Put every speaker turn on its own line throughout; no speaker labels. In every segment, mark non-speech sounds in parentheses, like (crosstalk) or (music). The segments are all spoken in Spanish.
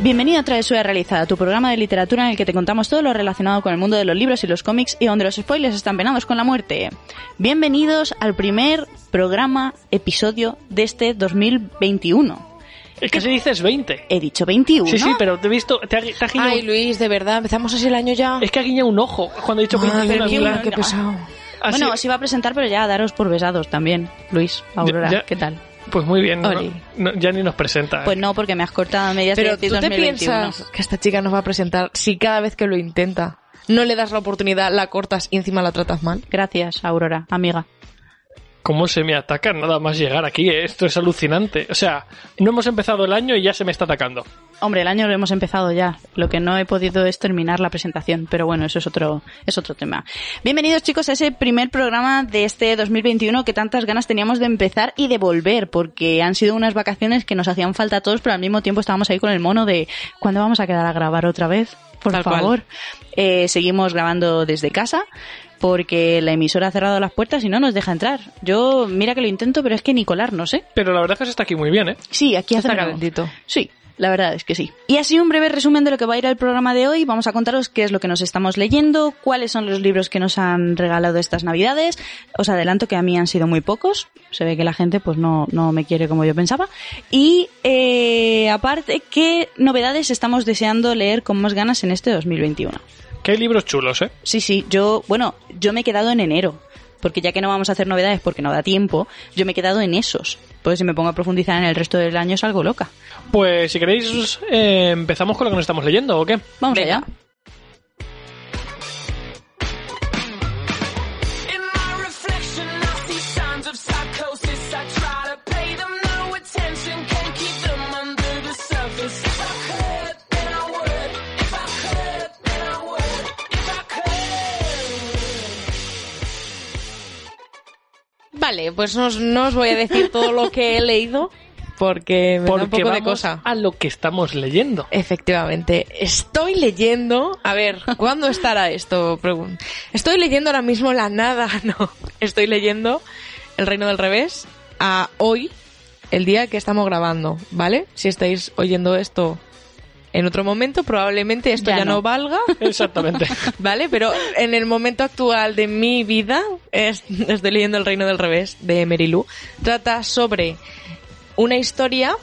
Bienvenido a Travesura Realizada, tu programa de literatura en el que te contamos todo lo relacionado con el mundo de los libros y los cómics y donde los spoilers están penados con la muerte. Bienvenidos al primer programa, episodio de este 2021.
Es que si dices 20.
He dicho 21.
Sí, sí, pero te he visto. Te ha, te ha guiñado-
Ay, Luis, de verdad, empezamos así el año ya.
Es que ha guiñado un ojo cuando he dicho
Madre
21. en
mía,
plan,
qué pesado.
así-
Bueno, os iba a presentar, pero ya daros por besados también. Luis, Aurora,
Ya- Ah. ya-
¿qué tal?
Pues muy bien. no-
Oli.
no- ya ni nos presenta. ¿eh?
Pues no, porque me has cortado a medias
Pero
de
tú
decir
te
2021.
piensas que esta chica nos va a presentar si cada vez que lo intenta no le das la oportunidad, la cortas y encima la tratas mal.
Gracias, Aurora, amiga.
¿Cómo se me ataca nada más llegar aquí? eh? Esto es alucinante. O sea, no hemos empezado el año y ya se me está atacando.
Hombre, el año lo hemos empezado ya. Lo que no he podido es terminar la presentación, pero bueno, eso es otro, es otro tema. Bienvenidos chicos a ese primer programa de este 2021 que tantas ganas teníamos de empezar y de volver, porque han sido unas vacaciones que nos hacían falta a todos, pero al mismo tiempo estábamos ahí con el mono de ¿cuándo vamos a quedar a grabar otra vez? Por
Tal cual.
favor. Eh, seguimos grabando desde casa. Porque la emisora ha cerrado las puertas y no nos deja entrar. Yo, mira que lo intento, pero es que ni colarnos, ¿eh?
Pero la verdad es que se está aquí muy bien, ¿eh?
Sí, aquí hace
Está
calor.
calentito.
Sí, la verdad es que sí. Y así un breve resumen de lo que va a ir el programa de hoy. Vamos a contaros qué es lo que nos estamos leyendo, cuáles son los libros que nos han regalado estas navidades. Os adelanto que a mí han sido muy pocos. Se ve que la gente pues no, no me quiere como yo pensaba. Y eh, aparte, ¿qué novedades estamos deseando leer con más ganas en este 2021?
Que hay libros chulos, ¿eh?
Sí, sí, yo, bueno, yo me he quedado en enero, porque ya que no vamos a hacer novedades porque no da tiempo, yo me he quedado en esos. Pues si me pongo a profundizar en el resto del año es algo loca.
Pues si queréis, eh, empezamos con lo que nos estamos leyendo, ¿o qué?
Vamos
Venga.
allá.
In my reflection, I see signs of psychosis. I try to pay them no attention, can't keep them under the surface. If I could, then I would. If I could, then I would. If I could.
Vale, pues no, os- no os voy a decir todo lo que he leído porque me da un
Porque
poco
vamos
de cosa.
a lo que estamos leyendo.
Efectivamente, estoy leyendo. A ver, ¿cuándo estará esto? Pregun- Estoy leyendo ahora mismo La Nada, (laughs) no. Estoy leyendo El Reino del Revés a hoy, el día que estamos grabando, ¿vale? Si estáis oyendo esto en otro momento, probablemente esto
Ya
ya,
no.
no valga. (laughs)
Exactamente.
Vale, pero en el momento actual de mi vida, es- estoy leyendo El Reino del Revés de Merilú. Trata sobre una historia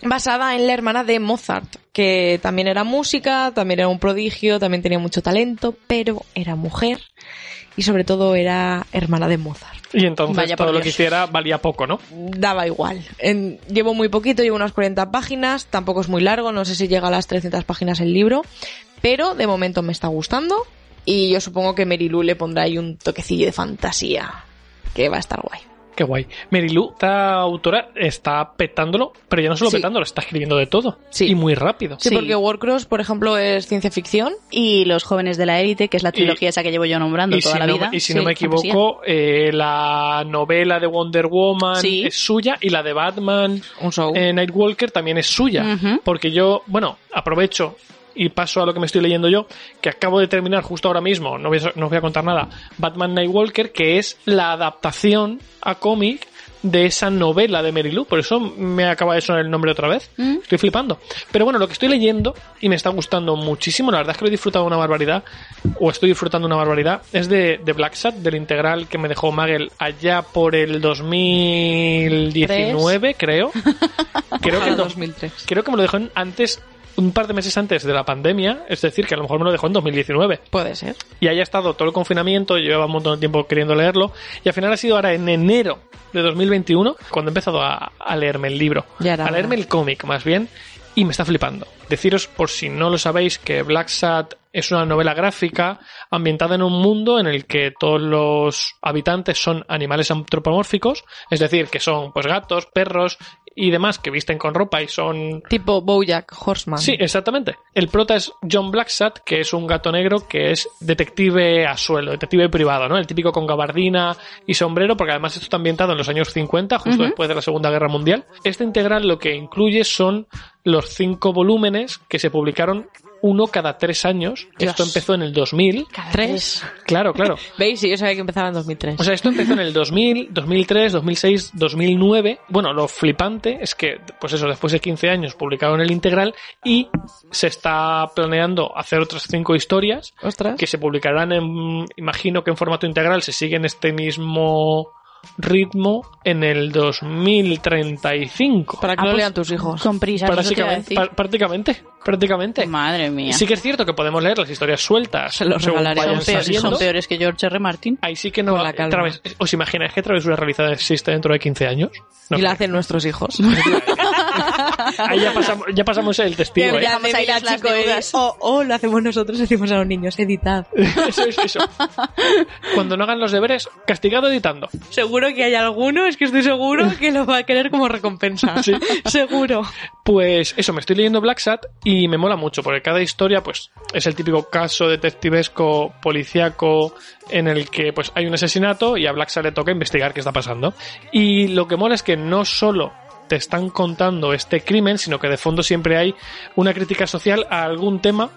basada en la hermana de Mozart, que también era música, también era un prodigio, también tenía mucho talento, pero era mujer y sobre todo era hermana de Mozart.
Y entonces
Vaya por
todo lo
Dios.
que hiciera valía poco, ¿no?
Daba igual. En- llevo muy poquito, llevo unas 40 páginas, tampoco es muy largo, no sé si llega a las 300 páginas el libro, pero de momento me está gustando y yo supongo que Merilu le pondrá ahí un toquecillo de fantasía, que va a estar guay.
Qué guay. Mary Lou, esta autora, está petándolo, pero ya no solo
Sí.
petándolo, está escribiendo de todo.
Sí.
Y muy rápido.
Sí,
Sí.
porque Warcross, por ejemplo, es ciencia ficción.
y Los jóvenes de la élite, que es la trilogía esa que llevo yo nombrando
Y
toda
si,
la
no,
vida.
y si
Sí,
no me
fantasía.
equivoco, eh, la novela de Wonder Woman
Sí.
es suya y la de Batman
Un show.
eh, Nightwalker también es suya.
Ujú.
Porque yo, bueno, aprovecho y paso a lo que me estoy leyendo yo, que acabo de terminar justo ahora mismo, no, voy a- no os voy a contar nada, Batman Nightwalker, que es la adaptación a cómic de esa novela de Mary Lou. Por eso me acaba de sonar el nombre otra vez.
Mm.
Estoy flipando. Pero bueno, lo que estoy leyendo y me está gustando muchísimo, la verdad es que lo he disfrutado una barbaridad, o estoy disfrutando una barbaridad, es de, de Black Sat, del integral que me dejó Magel allá por el 2019, creo. Creo que,
Ojalá
el dos-
2003.
creo que me lo dejó en- antes un par de meses antes de la pandemia, es decir, que a lo mejor me lo dejó en 2019.
Puede ser.
Y ahí ha estado todo el confinamiento, llevaba un montón de tiempo queriendo leerlo, y al final ha sido ahora en enero de 2021 cuando he empezado a, a leerme el libro,
Ya era
a leerme
hora.
el cómic más bien, y me está flipando. Deciros, por si no lo sabéis, que Black Sat es una novela gráfica ambientada en un mundo en el que todos los habitantes son animales antropomórficos, es decir, que son pues gatos, perros y demás que visten con ropa y son
Tipo Bojack Horseman.
Sí, exactamente. El prota es John Blacksat, que es un gato negro que es detective a suelo, detective privado, ¿no? El típico con gabardina y sombrero, porque además esto está ambientado en los años 50, justo después de la Segunda Guerra Mundial. Este integral lo que incluye son los cinco volúmenes que se publicaron uno cada tres años.
Dios.
Esto empezó en el 2000.
Tres.
Claro, claro.
¿Veis? Sí, yo sabía que empezaba en 2003.
O sea, esto empezó en el 2000, 2003, 2006, 2009. Bueno, lo flipante es que, pues eso, después de 15 años publicaron el integral y se está planeando hacer otras cinco historias
Ostras.
que se publicarán, en, imagino que en formato integral, se siguen este mismo ritmo en el 2035.
Para que
Ah,
lo
pues,
lean tus hijos.
Con prisa, pues eso te iba a
Prácticamente,
decir.
pr- prácticamente, prácticamente.
Madre mía.
Sí que es cierto que podemos leer las historias sueltas.
Se los
según
regalaré.
vayan
son, peores,
saliendo.
son peores que George R. R. Martin.
Ahí sí que no.
Con la calma.
traves- ¿Os imagináis que travesura realizada existe dentro de 15 años? No.
y la hacen nuestros hijos.
(laughs) Ahí ya pasamos, ya pasamos el testigo, ¿eh?
Dejamos ahí las deudas.
O "Oh, lo hacemos nosotros, decimos a los niños, editad.
(laughs) Eso, eso, eso. Cuando no hagan los deberes, castigado editando.
Seguro que hay alguno, es que estoy seguro que lo va a querer como (laughs) recompensa.
Sí.
Seguro.
Pues eso, me estoy leyendo Black Sat y me mola mucho, porque cada historia, pues, es el típico caso detectivesco, policíaco, en el que pues hay un asesinato y a Black Sat le toca investigar qué está pasando. Y lo que mola es que no solo te están contando este crimen, sino que de fondo siempre hay una crítica social a algún tema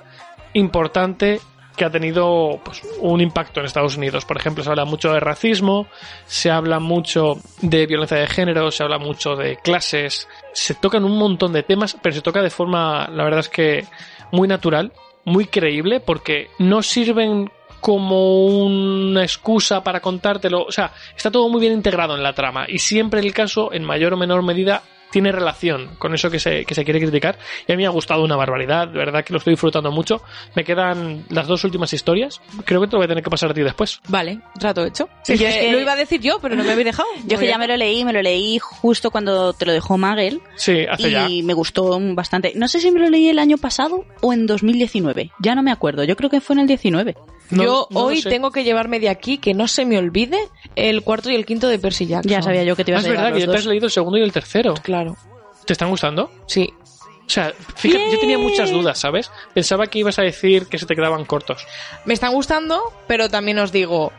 importante que ha tenido pues, un impacto en Estados Unidos. Por ejemplo, se habla mucho de racismo, se habla mucho de violencia de género, se habla mucho de clases, se tocan un montón de temas, pero se toca de forma, la verdad es que muy natural, muy creíble, porque no sirven como una excusa para contártelo. O sea, está todo muy bien integrado en la trama y siempre el caso, en mayor o menor medida, tiene relación con eso que se, que se quiere criticar. Y a mí me ha gustado una barbaridad, de verdad que lo estoy disfrutando mucho. Me quedan las dos últimas historias. Creo que te lo voy a tener que pasar a ti después.
Vale, trato hecho.
Sí, yo es que-
Lo iba a decir yo, pero no me habéis dejado.
Yo que ya me lo leí, me lo leí justo cuando te lo dejó Magel
Sí, hace ya.
y me gustó bastante. No sé si me lo leí el año pasado o en 2019, ya no me acuerdo, yo creo que fue en el 19.
No-
yo
no lo
hoy
sé.
tengo que llevarme de aquí, que no se me olvide, el cuarto y el quinto de Percy Jackson.
Ya sabía yo que te
Ah,
ibas
es
a llevar
verdad que
los
ya te
dos.
has leído el segundo y el tercero.
Claro.
¿Te están gustando?
Sí.
O sea, fíjate, yo tenía muchas dudas, ¿sabes? Pensaba que ibas a decir que se te quedaban cortos.
Me están gustando, pero también os digo,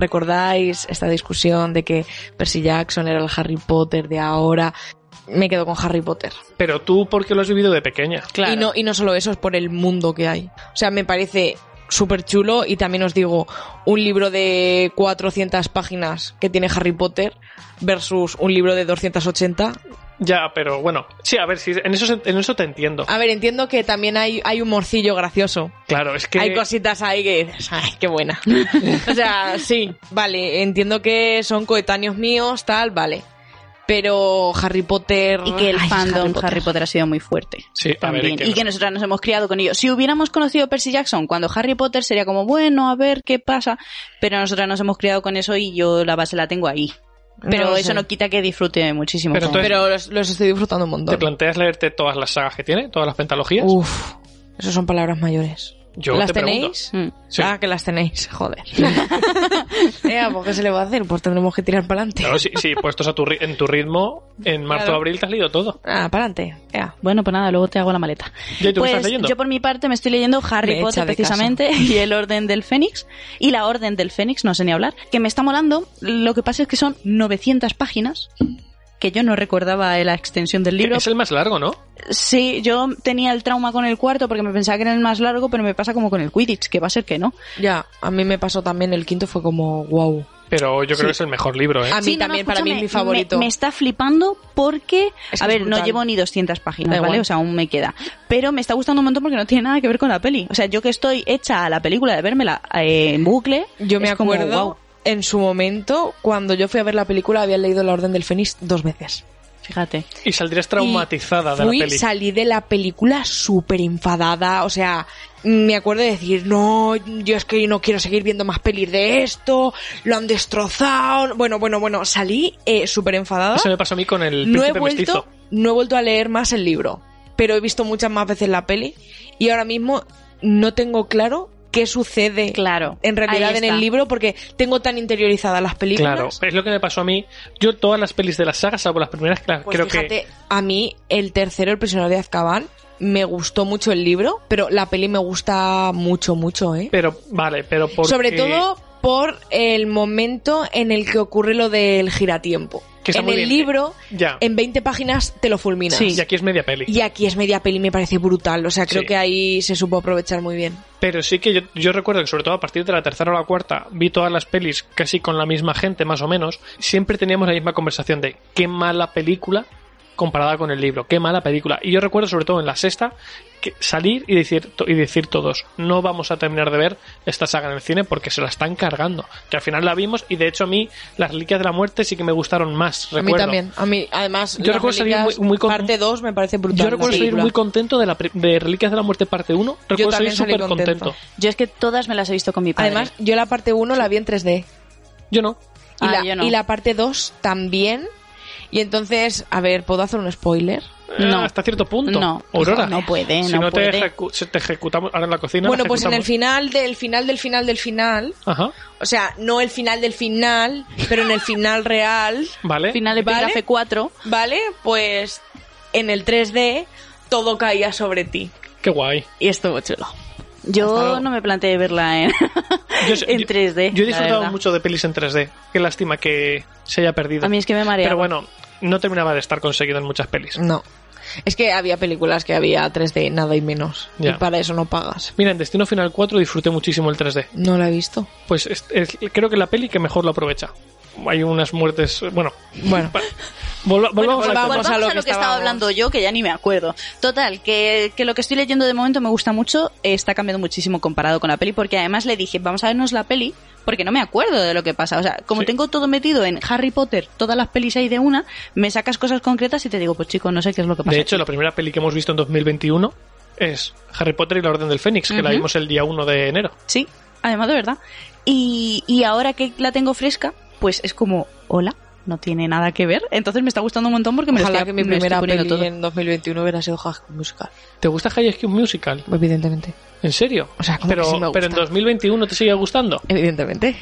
¿recordáis esta discusión de que Percy Jackson era el Harry Potter de ahora? Me quedo con Harry Potter.
Pero tú, porque lo has vivido de pequeña.
Y no, y no solo eso, es por el mundo que hay. O sea, me parece súper chulo y también os digo, un libro de 400 páginas que tiene Harry Potter versus un libro de 280.
Ya, pero bueno. Sí, a ver, sí, en, eso, se- en eso te entiendo.
Ah,
A ver, entiendo que también hay, hay un morcillo gracioso.
Claro, es que.
Hay cositas ahí que dices, ay, qué buena. (laughs) o sea, sí, vale, entiendo que son coetáneos míos, tal, vale. Pero Harry Potter...
Y que el
Ay,
fandom Harry Potter. ha sido muy fuerte.
Sí, a ver,
También.
y que
y que nosotras nos hemos criado con ellos. Si hubiéramos conocido a Percy Jackson cuando Harry Potter sería como, bueno, a ver qué pasa. Pero nosotras nos hemos criado con eso y yo la base la tengo ahí. Pero
No lo
eso
sé.
no quita que disfrute muchísimo.
Pero
Como-
entonces-
Pero los, los estoy disfrutando un
¿Te
montón.
planteas leerte todas las sagas que tiene? ¿Todas las pentalogías?
Uf, eso son palabras mayores.
Yo
¿Las
te pregunto.
tenéis?
Mm.
Sí.
Ah, que las tenéis, joder. (laughs) eh, ¿a ¿qué se le va a hacer? Pues tendremos que tirar para adelante.
Claro, sí, sí, puestos a tu, ri- en tu ritmo, en marzo
Claro.
abril te has leído todo.
Ah, para adelante. Ea.
Bueno, pues nada, luego te hago la maleta.
¿Ya y tú qué
pues
estás leyendo?
yo por mi parte me estoy leyendo Harry
Me echa
Potter
de
precisamente (laughs) y el Orden del Fénix y la Orden del Fénix, no sé ni hablar, que me está molando. Lo que pasa es que son 900 páginas que yo no recordaba la extensión del libro.
Es el más largo, ¿no?
Sí, yo tenía el trauma con el cuarto porque me pensaba que era el más largo, pero me pasa como con el Quidditch, que va a ser que no.
Ya, a mí me pasó también el quinto, fue como, wow.
Pero yo creo que es el mejor libro, ¿eh?
A mí
Sí, no, no,
también, para mí es
escúchame,
mi favorito.
Me, me está flipando porque,
Es que
a
es
ver, no
brutal.
llevo ni 200 páginas,
Da
¿vale?
igual.
O sea, aún me queda. Pero me está gustando un montón porque no tiene nada que ver con la peli. O sea, yo que estoy hecha a la película de vérmela eh, en bucle,
Yo me
es como,
acuerdo
guau.
en su momento, cuando yo fui a ver la película, había leído La Orden del Fénix dos veces.
Fíjate.
Y saldrías traumatizada de la
Fui,
peli.
salí de la película súper enfadada, o sea, me acuerdo de decir, no, yo es que no quiero seguir viendo más pelis de esto, lo han destrozado, bueno, bueno, bueno, salí eh, súper enfadada.
Eso me pasó a mí con el
No he,
príncipe
vuelto,
mestizo.
no he vuelto a leer más el libro, pero he visto muchas más veces la peli y ahora mismo no tengo claro qué sucede
Claro.
en realidad
ahí
en
está.
el libro porque tengo tan interiorizadas las
Claro,
películas.
es lo que me pasó a mí. Yo todas las pelis de la saga, salvo las primeras, que las-
Pues
creo
fíjate, a mí el tercero, El prisionero de Azkaban, me gustó mucho el libro, pero la peli me gusta mucho, mucho, ¿eh?
que... Pero, vale, pero por
Sobre todo por el momento en el que ocurre lo del giratiempo.
Que está
en
muy
el
bien. eh.
libro,
Ya.
en 20 páginas te lo fulminas.
Sí, y aquí es media peli.
Y aquí es media peli, me parece brutal. O sea, creo
Sí.
que ahí se supo aprovechar muy bien.
Pero sí que yo, yo recuerdo que sobre todo a partir de la tercera o la cuarta vi todas las pelis casi con la misma gente, más o menos. Siempre teníamos la misma conversación de qué mala película comparada con el libro, qué mala película. Y yo recuerdo sobre todo en la sexta que salir y decir, to- y decir todos, no vamos a terminar de ver esta saga en el cine porque se la están cargando. Que al final la vimos y de hecho a mí las reliquias de la muerte sí que me gustaron más.
A mí
recuerdo.
también. A mí, además,
Yo
las
recuerdo salir
reliquias,
muy- muy con-
parte 2 me parece brutal.
Yo recuerdo
la
salir
película.
muy contento de, la, pri- de Reliquias de la Muerte parte 1. Recuerdo salir
también salí
súper contento.
contenta.
Yo es que todas me las he visto con mi padre.
Además, yo la parte 1 la vi en 3D.
Yo no.
Y,
Ah,
la,
yo no.
y la parte 2 también. Y entonces, a ver, ¿puedo hacer un spoiler?
No.
Eh, Hasta cierto punto.
No.
Aurora.
No puede,
Si
no
no
puede.
Te, ejecu- si te ejecutamos ahora en la cocina.
bueno,
la
pues en el
ejecutamos.
final del final del final del final,
Ajá.
o sea, no el final del final, pero en el final real,
Vale.
final de
¿Vale?
Epígrafe 4.
¿vale? Pues en el 3D todo caía sobre ti.
Qué guay.
Y estuvo chulo.
Hasta luego.
Yo no me planteé verla en, (laughs)
Yo sé-
en
yo-
3D.
Yo
la
he disfrutado
verdad.
mucho de pelis en 3D. Qué lástima que se haya perdido.
A mí es que me marea.
Pero bueno, no terminaba de estar conseguido en muchas pelis.
No. Es que había películas que había 3D nada y menos.
Ya.
Y para eso no pagas.
Mira, en Destino Final 4 disfruté muchísimo el 3D.
No la he visto.
Pues es- es- creo que la peli que mejor lo aprovecha. Hay unas muertes. Bueno,
Bueno,
pa- volva- volvamos a la
volvamos.
cosa.
a lo que
estaba
estábamos.
hablando yo, que ya ni me acuerdo. Total, que, que lo que estoy leyendo de momento me gusta mucho, eh, está cambiando muchísimo comparado con la peli, porque además le dije, vamos a vernos la peli, porque no me acuerdo de lo que pasa. O sea, como
Sí.
tengo todo metido en Harry Potter, todas las pelis ahí de una, me sacas cosas concretas y te digo, pues chico, no sé qué es lo que pasa.
De hecho, la primera peli que hemos visto en 2021 es Harry Potter y la Orden del Fénix, que la
Ujú.
vimos el día 1 de enero.
Sí, además de verdad. Y, y ahora que la tengo fresca, pues es como, hola, no tiene nada que ver. Entonces me está gustando un montón porque me lo
ojalá
estoy-
que mi
me lo estoy
primera
poniendo
peli
todo.
en 2021 hubiera sido High School Musical.
¿Te gusta High School Musical?
Evidentemente.
¿En serio?
O sea, como
pero,
que sí me gusta.
pero en 2021 te sigue gustando.
Evidentemente.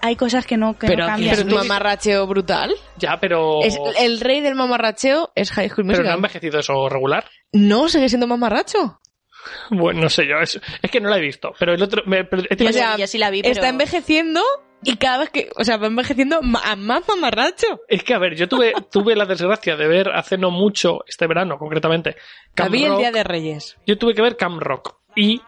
Hay cosas que no, que no
Pero aquí
cambian.
es un mamarracheo brutal.
Ya, pero.
Es, el rey del mamarracheo es High School
Oh. Pero no ha
Musical.
envejecido eso regular.
no, sigue siendo mamarracho.
Bueno, no sé yo. Es, es que no la he visto. Pero el otro. me- pero este he
Yo
tenido-
Pues
sí- yo sí la vi, pero-
está envejeciendo y cada vez que... O sea, va envejeciendo ma- a más mamarracho.
es que, a ver, yo tuve, tuve la desgracia de ver hace no mucho, este verano concretamente,
La
Camp
vi el
Rock.
Día de Reyes.
Yo tuve que ver Camp Rock. Y.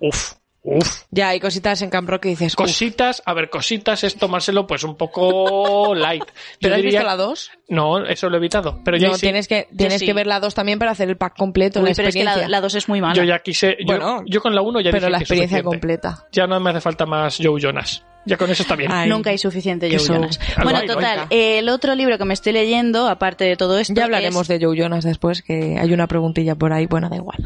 Uf, uf.
Ya, hay cositas en Camp Rock que dices... "Uf,
Cositas, a ver, cositas es tomárselo pues un poco
(laughs)
light.
¿Pero
Yo
has
diría-
visto la 2?
No, eso lo he evitado. Pero yo
no,
sí.
tienes que, tienes
sí.
que ver la 2 también para hacer el pack completo,
Uy,
la
pero es que la,
experiencia.
la dos es muy mala.
Yo ya quise. Yo,
Bueno,
yo con la 1 ya
pero
dije
la
que es
experiencia
suficiente.
completa.
Ya no me hace falta más Joe Jonas. Ya con eso está bien.
Ay,
Nunca hay suficiente
que
Joe
son-
Jonas.
Ah,
Bueno,
guay,
total,
guay.
el otro libro que me estoy leyendo, aparte de todo esto,
Ya hablaremos
es
de Joe Jonas después, que hay una preguntilla por ahí. Bueno, da igual.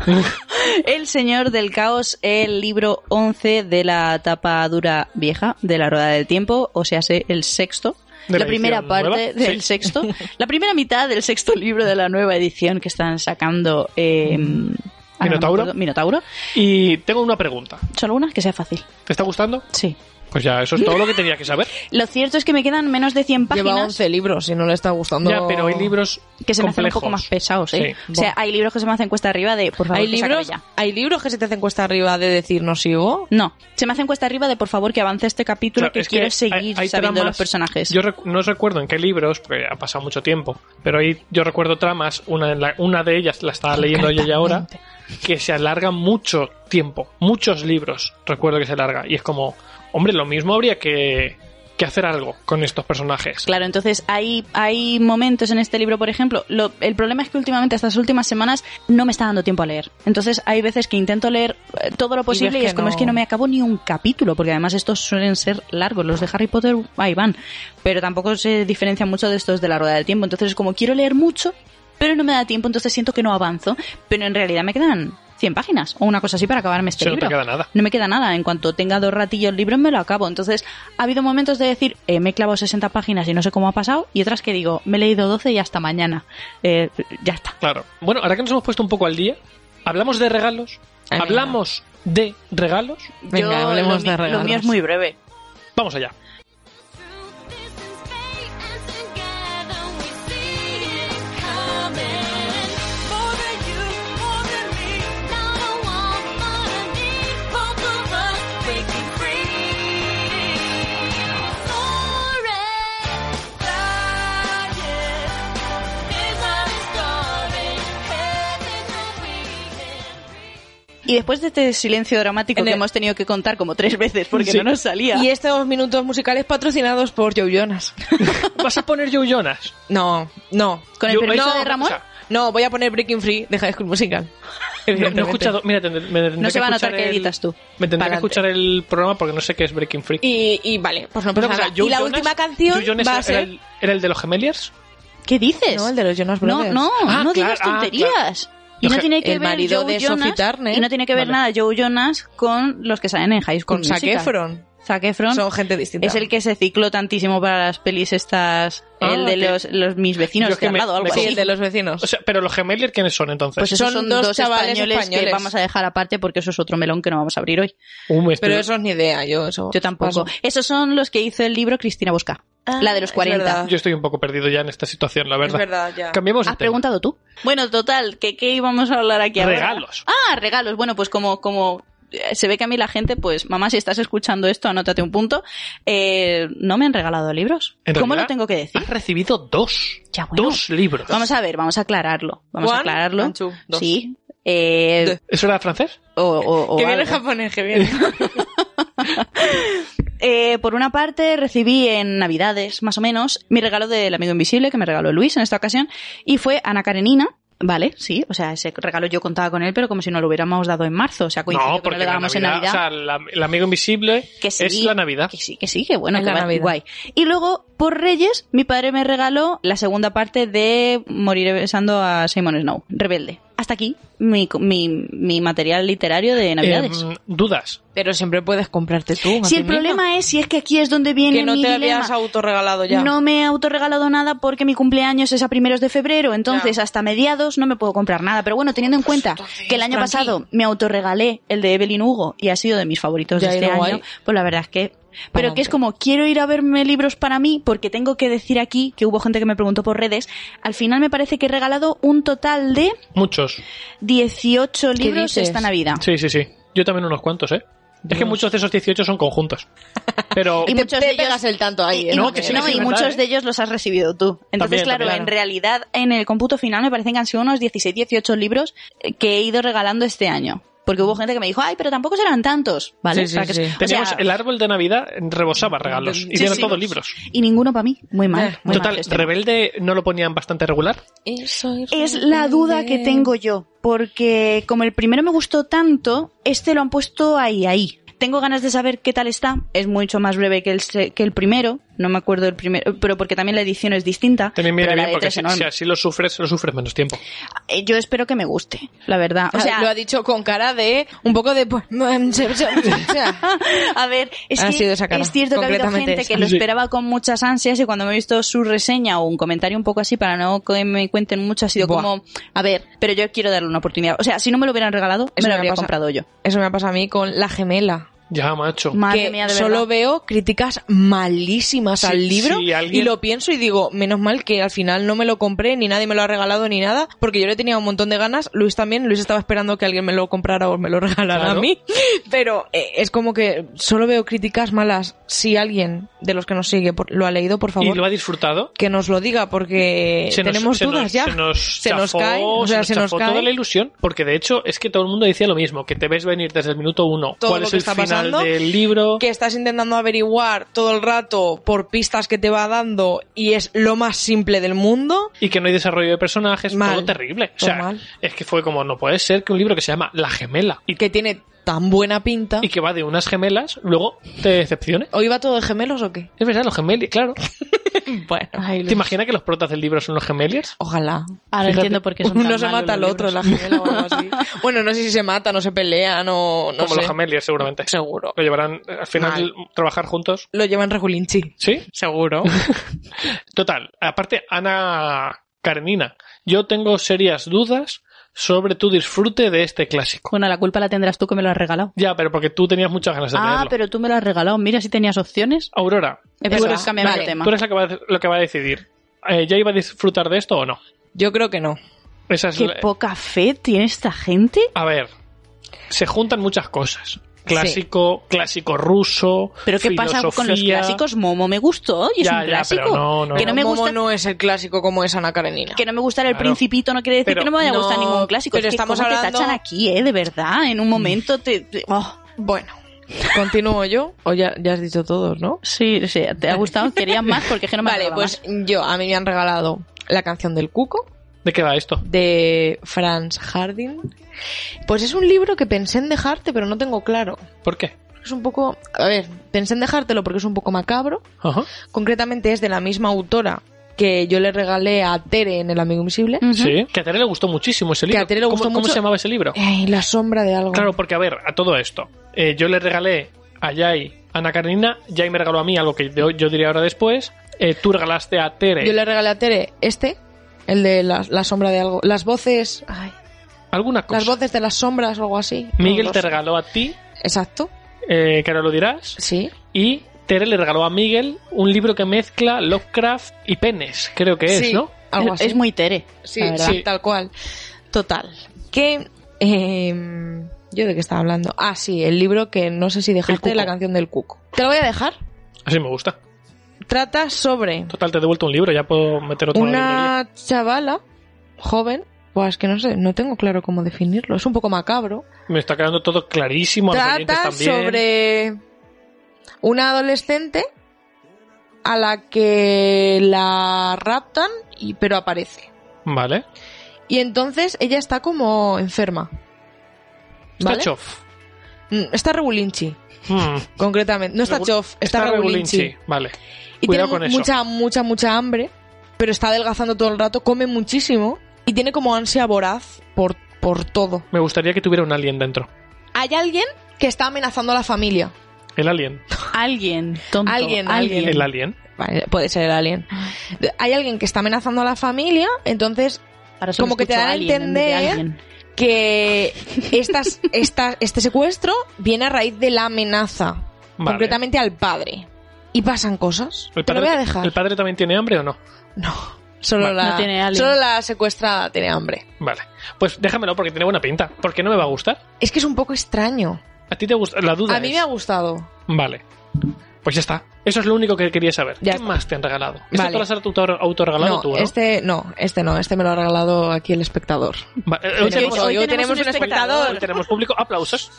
El Señor del Caos, el libro 11 de la tapa dura vieja de la Rueda del Tiempo, o sea, se- el sexto.
¿De
la
la
primera
edición
parte
nueva?
del
Sí.
sexto,
(laughs)
la primera mitad del sexto libro de la nueva edición que están sacando eh, ahora no me
Mm. Minotauro.
acuerdo, Minotauro.
Y tengo una pregunta.
Solo una que sea fácil.
¿Te está gustando?
Sí.
Pues ya, eso es todo lo que tenía que saber.
Lo cierto es que me quedan menos de 100 páginas.
Lleva 11 libros, si no le está gustando...
Ya, pero hay libros
que se me hacen un
complejos.
poco más pesados, ¿eh?
Sí.
O sea, hay libros que se me hacen cuesta arriba de, por favor,
Hay
que se acabe
libros,
ya.
hay libros que se te hacen cuesta arriba de decir no sigo.
No, se me hacen cuesta arriba de, por favor, que avance este capítulo
Claro,
que
es
quiero
hay-
seguir
hay
sabiendo
tramas-
los personajes.
Yo recu- no recuerdo en qué libros, porque ha pasado mucho tiempo, pero ahí yo recuerdo tramas, una, en la- una de ellas la estaba leyendo yo ya ahora, que se alarga mucho tiempo, muchos libros recuerdo que se alarga, y es como, hombre, lo mismo habría que, que que hacer algo con estos personajes.
Claro, entonces hay, hay momentos en este libro, por ejemplo, lo- el problema es que últimamente, estas últimas semanas, no me está dando tiempo a leer. Entonces hay veces que intento leer eh, todo lo posible y,
que
es como
no.
es que no me acabo ni un capítulo, porque además estos suelen ser largos, los de Harry Potter, ahí van, pero tampoco se diferencian mucho de estos de la rueda del tiempo. Entonces es como quiero leer mucho, pero no me da tiempo, entonces siento que no avanzo, pero en realidad me quedan 100 páginas o una cosa así para acabarme este
Sí, no te
libro
queda nada.
no me queda nada. En cuanto tenga dos ratillos libres me lo acabo. Entonces, ha habido momentos de decir, eh, me he clavado 60 páginas y no sé cómo ha pasado, y otras que digo, me he leído 12 y hasta mañana. Eh, ya está.
Claro. Bueno, ahora que nos hemos puesto un poco al día, hablamos de regalos.
Ay, mira.
hablamos de regalos.
Venga,
Yo,
hablemos
lo, mi-
de regalos.
Lo mío es muy breve. (laughs)
Vamos allá.
Y después de este silencio dramático
En
que
el-
hemos tenido que contar como tres veces porque
Sí.
no nos salía.
Y estos minutos musicales patrocinados por Joe Jonas. (laughs)
¿Vas a poner Joe Jonas?
No, no.
Con el
Yo-
permiso
no,
de Ramón,
o sea,
No, voy a poner Breaking Free de High School Musical.
No,
Evidentemente.
he escuchado. Mira, tendré- me tendré
no se
que
va a
escuchar
notar que
el-
editas tú.
Me tendré que
Pa'lante.
escuchar el programa porque no sé qué es Breaking Free.
Y, y vale, pues no pasa nada. y la última canción va a
era,
ser...
el, era el de los gemeliers?
¿Qué dices?
No, el de los Jonas
No,
Brothers.
no,
Ah,
no digas
claro, ah,
tonterías. Y no
Oje,
tiene que
el
ver
marido
Joe
de Sophie
Jonas,
Turner.
y no tiene que ver
Vale.
nada Joe Jonas con los que salen en High School
Con Zac
Musical.
Efron.
Zac Efron
Son gente distinta.
es el que se cicló tantísimo para las pelis estas,
Ah,
el de
ok.
los, los mis vecinos
Yo es
de
que
al
me-
lado, algo
me
Sí,
así.
el de los vecinos.
O sea, pero los gemeliers, ¿quiénes son entonces?
pues esos son,
son dos
dos
chavales
españoles, que
españoles.
vamos a dejar aparte porque eso es otro melón que no vamos a abrir hoy.
Uh, me estoy-
Pero eso es ni idea, yo eso...
Yo tampoco.
paso.
Esos son los que hizo el libro Cristina Bosca, la de los
es
40.
verdad.
Yo estoy un poco perdido ya en esta situación, la
Es
verdad.
verdad, ya.
Cambiemos de
¿Has
tema.
preguntado tú? Bueno, total, que qué íbamos a hablar aquí ahora?
Regalos.
Ah, regalos. Bueno, pues como, como eh, se ve que a mí la gente, pues, mamá, si estás escuchando esto, anótate un punto. Eh, no me han regalado libros.
En
¿Cómo lo
realidad, Ah,
tengo que decir?
Has recibido dos.
Ya, bueno.
Dos libros.
Vamos a ver, vamos a aclararlo. Vamos a
One,
aclararlo.
and two, dos.
Sí. Eh,
Dos.
¿Eso era francés?
o, o- o
Que viene el
algo.
japonés,
(laughs)
que viene.
Eh, por una parte, recibí en Navidades, más o menos, mi regalo del amigo invisible que me regaló Luis en esta ocasión, y fue Ana Karenina. Vale, sí, o sea, ese regalo yo contaba con él, pero como si no lo hubiéramos dado en marzo, o sea, coincidió
no,
que no
porque
le
la
dábamos
Navidad-
en Navidad.
O sea, la- el amigo invisible
Que sí.
es la Navidad.
Que sí, que sí, que bueno,
Es
que
la
va-
Navidad.
guay. Y luego, por Reyes, mi padre me regaló la segunda parte de Moriré besando a Simon Snow, Rebelde. Hasta aquí mi, mi, mi material literario de Navidades.
Em, dudas.
Pero siempre puedes comprarte tú.
si el
Marcelina.
problema es, si es que aquí es donde viene
Que no
mi
te
dilema.
habías autorregalado ya.
No me he autorregalado nada porque mi cumpleaños es a primeros de febrero, entonces
Ya. Pues
hasta mediados no me puedo comprar nada. Pero bueno, teniendo en cuenta que el año
tranqui.
pasado me autorregalé el de Evelyn Hugo y ha sido de mis favoritos
Ya,
de este
era
año,
guay.
pues la verdad es que... Pero que es
Pa'lante.
como, quiero ir a verme libros para mí porque tengo que decir aquí que hubo gente que me preguntó por redes. Al final me parece que he regalado un total de
Muchos.
18 libros
dices?
esta Navidad.
Sí, sí, sí. Yo también unos cuantos, ¿eh? Es que muchos de esos 18 son conjuntos. Pero
Y
Te-
muchos
te
de ellos-
pegas el tanto ahí,
y-
¿eh?
y
No,
muchos-
que sí,
no,
que sí,
y
es
muchos
verdad,
de ellos los has recibido tú. Entonces,
También,
claro,
también.
en realidad, en el cómputo final me parecen que han sido unos 16, 18 libros eh, que he ido regalando este año. Porque hubo gente que me dijo, ay, pero tampoco serán tantos, ¿vale?
Sí,
O
sí,
sea, que-
sí.
o sea,
teníamos el árbol de Navidad rebosaba regalos.
Sí,
y eran
sí.
todos libros.
Y ninguno para mí. Muy mal.
Eh,
muy mal
Total,
este tema.
Rebelde no lo ponían bastante regular.
Y soy
Es la duda que
rebelde.
tengo yo. Porque como el primero me gustó tanto, este lo han puesto ahí, ahí. Tengo ganas de saber qué tal está. Es mucho más breve que el, se- que el primero. No me acuerdo el primero, pero porque también la edición es distinta.
También viene
pero la E
bien porque
letra es
si,
enorme.
si así lo sufres, lo sufres menos tiempo.
Eh, yo espero que me guste, la verdad. O sea,
Ah, lo ha dicho con cara de un poco de pues, (laughs) no, em, se- se-
(laughs)
o sea,
(laughs) a ver, es,
Ha
que
sido esa cara,
es cierto que ha habido
concretamente
gente
esa.
que lo
Sí.
esperaba con muchas ansias y cuando me he visto su reseña o un comentario un poco así para no que me cuenten mucho ha sido
Buah.
como, a ver, pero yo quiero darle una oportunidad. O sea, si no me lo hubieran regalado, me
Eso
lo
me
habría
pasa.
comprado yo.
eso me ha pasado a mí con la gemela.
Ya, macho.
Madre
que
mía, de
solo
verdad.
veo críticas malísimas
Sí,
al libro
sí, alguien-
y lo pienso y digo, menos mal que al final no me lo compré, ni nadie me lo ha regalado ni nada, porque yo le tenía un montón de ganas, Luis también, Luis estaba esperando que alguien me lo comprara o me lo regalara
Claro.
a mí, (laughs) pero eh, es como que solo veo críticas malas. Si alguien de los que nos sigue por- lo ha leído, por
¿Y
favor,
lo ha disfrutado?
que nos lo diga porque
Se nos-
tenemos
se
dudas
nos-
ya.
Se nos, chafó,
cae, o sea,
se nos chafó
cae.
toda la ilusión, porque de hecho es que todo el mundo decía lo mismo, que te ves venir desde el minuto uno,
Todo
cuál
lo
es
que
el
está
final
hablando.
al del libro.
que estás intentando averiguar todo el rato por pistas que te va dando y es lo más simple del mundo.
y que no hay desarrollo de personajes,
Mal.
todo terrible. O
Todo
sea,
mal.
es que fue como, no puede ser que un libro que se llama La gemela y,
que tiene tan buena pinta.
y que va de unas gemelas, luego te decepcione.
¿Hoy va todo de gemelos o qué?
Es verdad, los gemeliers, claro.
Bueno,
¿Te imaginas que los protas del libro son los gemeliers?
ojalá.
Ahora
Fíjate,
entiendo (laughs) por qué son tan
(laughs) Uno se
malos
mata al
los
otro, la
libros.
gemela o algo
(laughs)
así. bueno, no sé si se matan o se pelean o no
como
sé.
los gemeliers, seguramente.
Seguro.
Lo llevarán eh, al final trabajar juntos.
Lo llevan regulinchi.
¿Sí?
Seguro.
(laughs) Total. Aparte, Ana Karenina, yo tengo serias dudas sobre tu disfrute de este clásico.
Bueno, la culpa la tendrás tú que me lo has regalado.
Ya, pero porque tú tenías muchas ganas de
Ah,
leerlo.
pero tú me lo has regalado. Mira si tenías opciones.
Aurora,
Es
Eso
verdad,
es.
cambiamos
Vale.
de tema.
tú eres la que va a- lo que va a decidir. Eh, ¿Ya iba a disfrutar de esto o no?
Yo creo que no.
Esa es
Qué
la-
poca fe tiene esta gente.
A ver, se juntan muchas cosas. Clásico, clásico ruso.
Pero ¿qué pasa con los
filosofía.
clásicos? Momo me gustó y es
Ya,
un
ya,
clásico.
pero no, no,
que no,
no.
me
Momo
gusta,
no es el clásico como es Ana Karenina.
que no me gustara el
Claro.
principito no quiere decir
Pero-
que no me vaya a gustar
No,
ningún clásico.
pero
es que
estamos
cómo te
hablando-
tachan aquí, eh, de verdad. En un momento te, te- oh.
Bueno, continúo yo. O ya, ya has dicho todos, ¿no?
Sí, sí, te ha gustado, querías más porque es que no me
Vale,
acordaba
pues yo, a mí me han regalado la canción del cuco.
¿De qué va esto?
de Franz Harding. Pues es un libro que pensé en dejarte, pero no tengo claro.
¿Por qué?
Es un poco. A ver, pensé en dejártelo porque es un poco macabro.
Ajá.
Concretamente es de la misma autora que yo le regalé a Tere en El Amigo Invisible.
más. Ujú.
Sí. Que a Tere le gustó muchísimo ese
Que
libro.
a Tere le
¿Cómo-
gustó
¿Cómo
mucho-
se llamaba ese libro?
Ay, la sombra de algo.
Claro, porque a ver, a todo esto. eh, yo le regalé a Yai Ana Karenina, Yai me regaló a mí algo que yo, yo diría ahora después. eh, tú regalaste a Tere
Yo le regalé a Tere este, el de la, la sombra de algo. Las voces. ay,
alguna
las
cosa.
voces de las sombras o algo así.
Miguel
No lo
te
sé.
regaló a ti,
Exacto.
eh, que ahora lo dirás.
Sí.
Y Tere le regaló a Miguel un libro que mezcla Lovecraft y penes, creo que es,
Sí,
¿no?
Algo
Es-
así.
es, muy Tere.
Sí,
la verdad.
sí, tal cual. Total. Que. eh, ¿Yo de qué estaba hablando? Ah, sí, el libro que no sé si
cuco.
dejaste, la canción del cuco. Te lo voy a dejar.
Así me gusta.
Trata sobre
Total, te he devuelto un libro, ya puedo meter otro en la librería.
una chavala joven. Pues es que no sé, no tengo claro cómo definirlo. Es un poco macabro.
Me está quedando todo clarísimo. a los oyentes
Trata
también.
sobre una adolescente a la que la raptan, y, pero aparece.
Vale.
Y entonces ella está como enferma.
Está
¿vale?
chof.
Mm, Está Regulinchi,
Hmm.
concretamente. No está
Regu-
Chof, está, Regulinchi.
Vale.
Y
Cuidado
tiene
con eso.
mucha, mucha, mucha hambre, pero está adelgazando todo el rato, come muchísimo y tiene como ansia voraz por, por todo.
Me gustaría que tuviera un alien dentro.
Hay alguien que está amenazando a la familia.
El alien.
Alguien, tonto.
Alguien, alguien.
El alien.
Vale, puede ser el alien. Hay alguien que está amenazando a la familia, entonces
Ahora solo
Como que te
escucho
dan a
alien en vez de
entender- ¿eh?
alguien.
que
(laughs)
estas, esta- este secuestro viene a raíz de la amenaza,
Vale.
concretamente al padre. Y pasan cosas.
El
Te lo
padre,
voy a dejar.
¿El padre también tiene hambre o no?
(laughs) No. Solo,
Vale.
la,
No tiene alien.
solo la secuestrada tiene hambre.
Vale. Pues déjamelo porque tiene buena pinta. Porque no me va a gustar.
Es que es un poco extraño.
¿A ti te gusta? La duda
A mí
es-
me ha gustado.
Vale. Pues ya está. Eso es lo único que quería saber.
Ya
¿Qué
está.
más te han regalado? ¿Este
Vale.
¿Esto lo has auto- autorregalado
no,
tú, ¿eh? no?
este no, este no, este me lo ha regalado aquí el espectador.
Va- eh, hoy,
Tenemos-
tenemos,
hoy
hoy
tenemos
tenemos
un
un
espectador.
hoy tenemos público. Aplausos.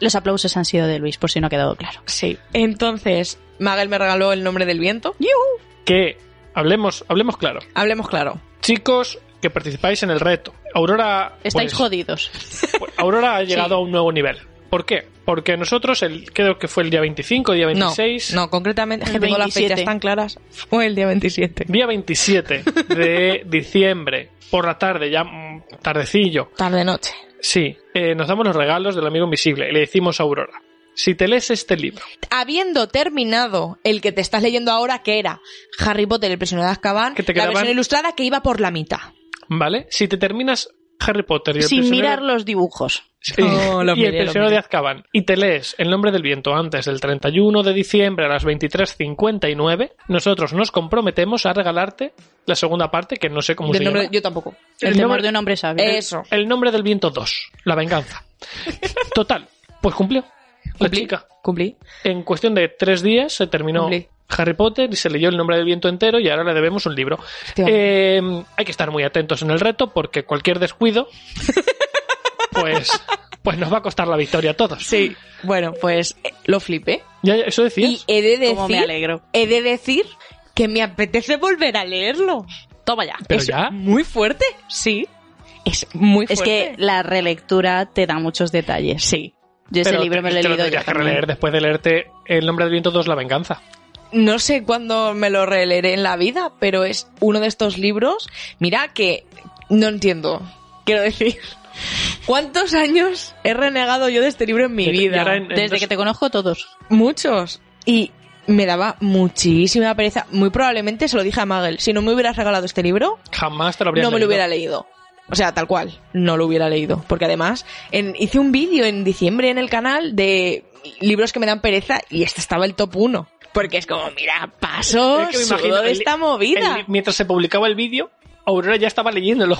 Los aplausos han sido de Luis, por si no ha quedado claro.
Sí. Entonces, Magel me regaló el nombre del viento.
Que hablemos, hablemos claro.
Hablemos claro.
Chicos que participáis en el reto. Aurora...
Estáis
pues,
jodidos.
Pues Aurora ha llegado a un nuevo nivel. ¿Por qué? Porque nosotros, el, creo que fue el día 25, día 26,
No, no, concretamente, es que
El
tengo las
27.
fechas tan claras. Fue el día 27.
día 27 de diciembre, por la tarde, ya mm, tardecillo,
Tarde noche.
sí, eh, nos damos los regalos del amigo invisible y le decimos a Aurora, si te lees este libro,
Habiendo terminado el que te estás leyendo ahora, que era Harry Potter, el prisionero de Azkaban,
Que te
la
quedaban-
versión ilustrada que iba por la mitad.
¿vale? Si te terminas Harry Potter y el
Sin
prisionero-
mirar los dibujos.
(laughs) Sí,
Oh, lo
y el
miré, lo
prisionero
miré.
de Azkaban y te lees El nombre del viento antes del 31 de diciembre a las 23.59, nosotros nos comprometemos a regalarte la segunda parte, que no sé cómo
Del
se
nombre-
llama.
yo tampoco.
El,
El
temor
nombre-
de un hombre sabio.
Eso.
El nombre del viento 2, la
(laughs)
venganza. Total, pues cumplió. La
Cumplí.
chica,
Cumplí.
en cuestión de tres días, se terminó
Cumplí.
Harry Potter y se leyó el nombre del viento entero y ahora le debemos un libro. Em,
(laughs)
Eh, hay que estar muy atentos en el reto porque cualquier descuido, pues pues nos va a costar la victoria a todos.
Sí, bueno, pues eh, lo flipé.
Ya, ya, eso
Y eh,
decías.
he de
Cómo me
decir,
alegro.
he de decir que me apetece volver a leerlo.
Toma ya.
Pero
es
ya.
muy fuerte, sí. Es muy
Es
fuerte.
que la relectura te da muchos detalles.
sí.
Yo ese
pero
libro
te-
me lo he
te
leído yo
tendrías que
también.
releer después de leerte El nombre del viento 2, La venganza.
No sé cuándo me lo releeré en la vida, pero es uno de estos libros. Mira que no entiendo. Quiero decir, ¿cuántos años he renegado yo de este libro en mi
Y- y
vida?
ahora en- en
Desde
dos-
que te conozco todos.
Muchos. Y me daba muchísima pereza. Muy probablemente se lo dije a Magel. Si no me hubieras regalado este libro,
Jamás te lo
no me
habrías
lo
leído.
hubiera leído. O sea, tal cual, no lo hubiera leído. Porque además, en- hice un vídeo en diciembre en el canal de libros que me dan pereza y este estaba el top 1. Porque es como, mira, paso,
Es que me
sudo
imagino
de
el-
esta Oh, movida.
El- mientras se publicaba el vídeo, Aurora ya estaba leyéndolo.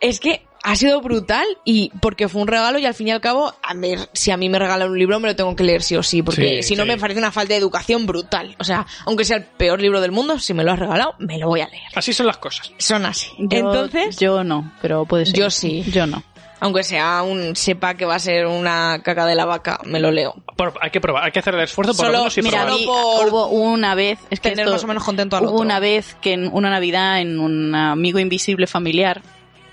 Es que ha sido brutal y porque fue un regalo y al fin y al cabo, a mí, si a mí me regalan un libro me lo tengo que leer sí o sí, porque
Sí,
si no
sí.
me parece una falta de educación brutal. O sea, aunque sea el peor libro del mundo, si me lo has regalado, me lo voy a leer.
Así son las cosas.
Son así.
Yo-
Entonces,
Yo no, pero puede ser.
Yo sí.
Yo no.
aunque sea un sepa que va a ser una caca de la vaca, me lo leo.
Por- hay que probar, hay que hacer el esfuerzo por
Solo-
lo menos y
mira,
probar.
Mira, a
probable.
mí
Solo por
hubo una vez, es que
tener
esto-
más o menos contento al
hubo
otro.
una vez que en una Navidad en un amigo invisible familiar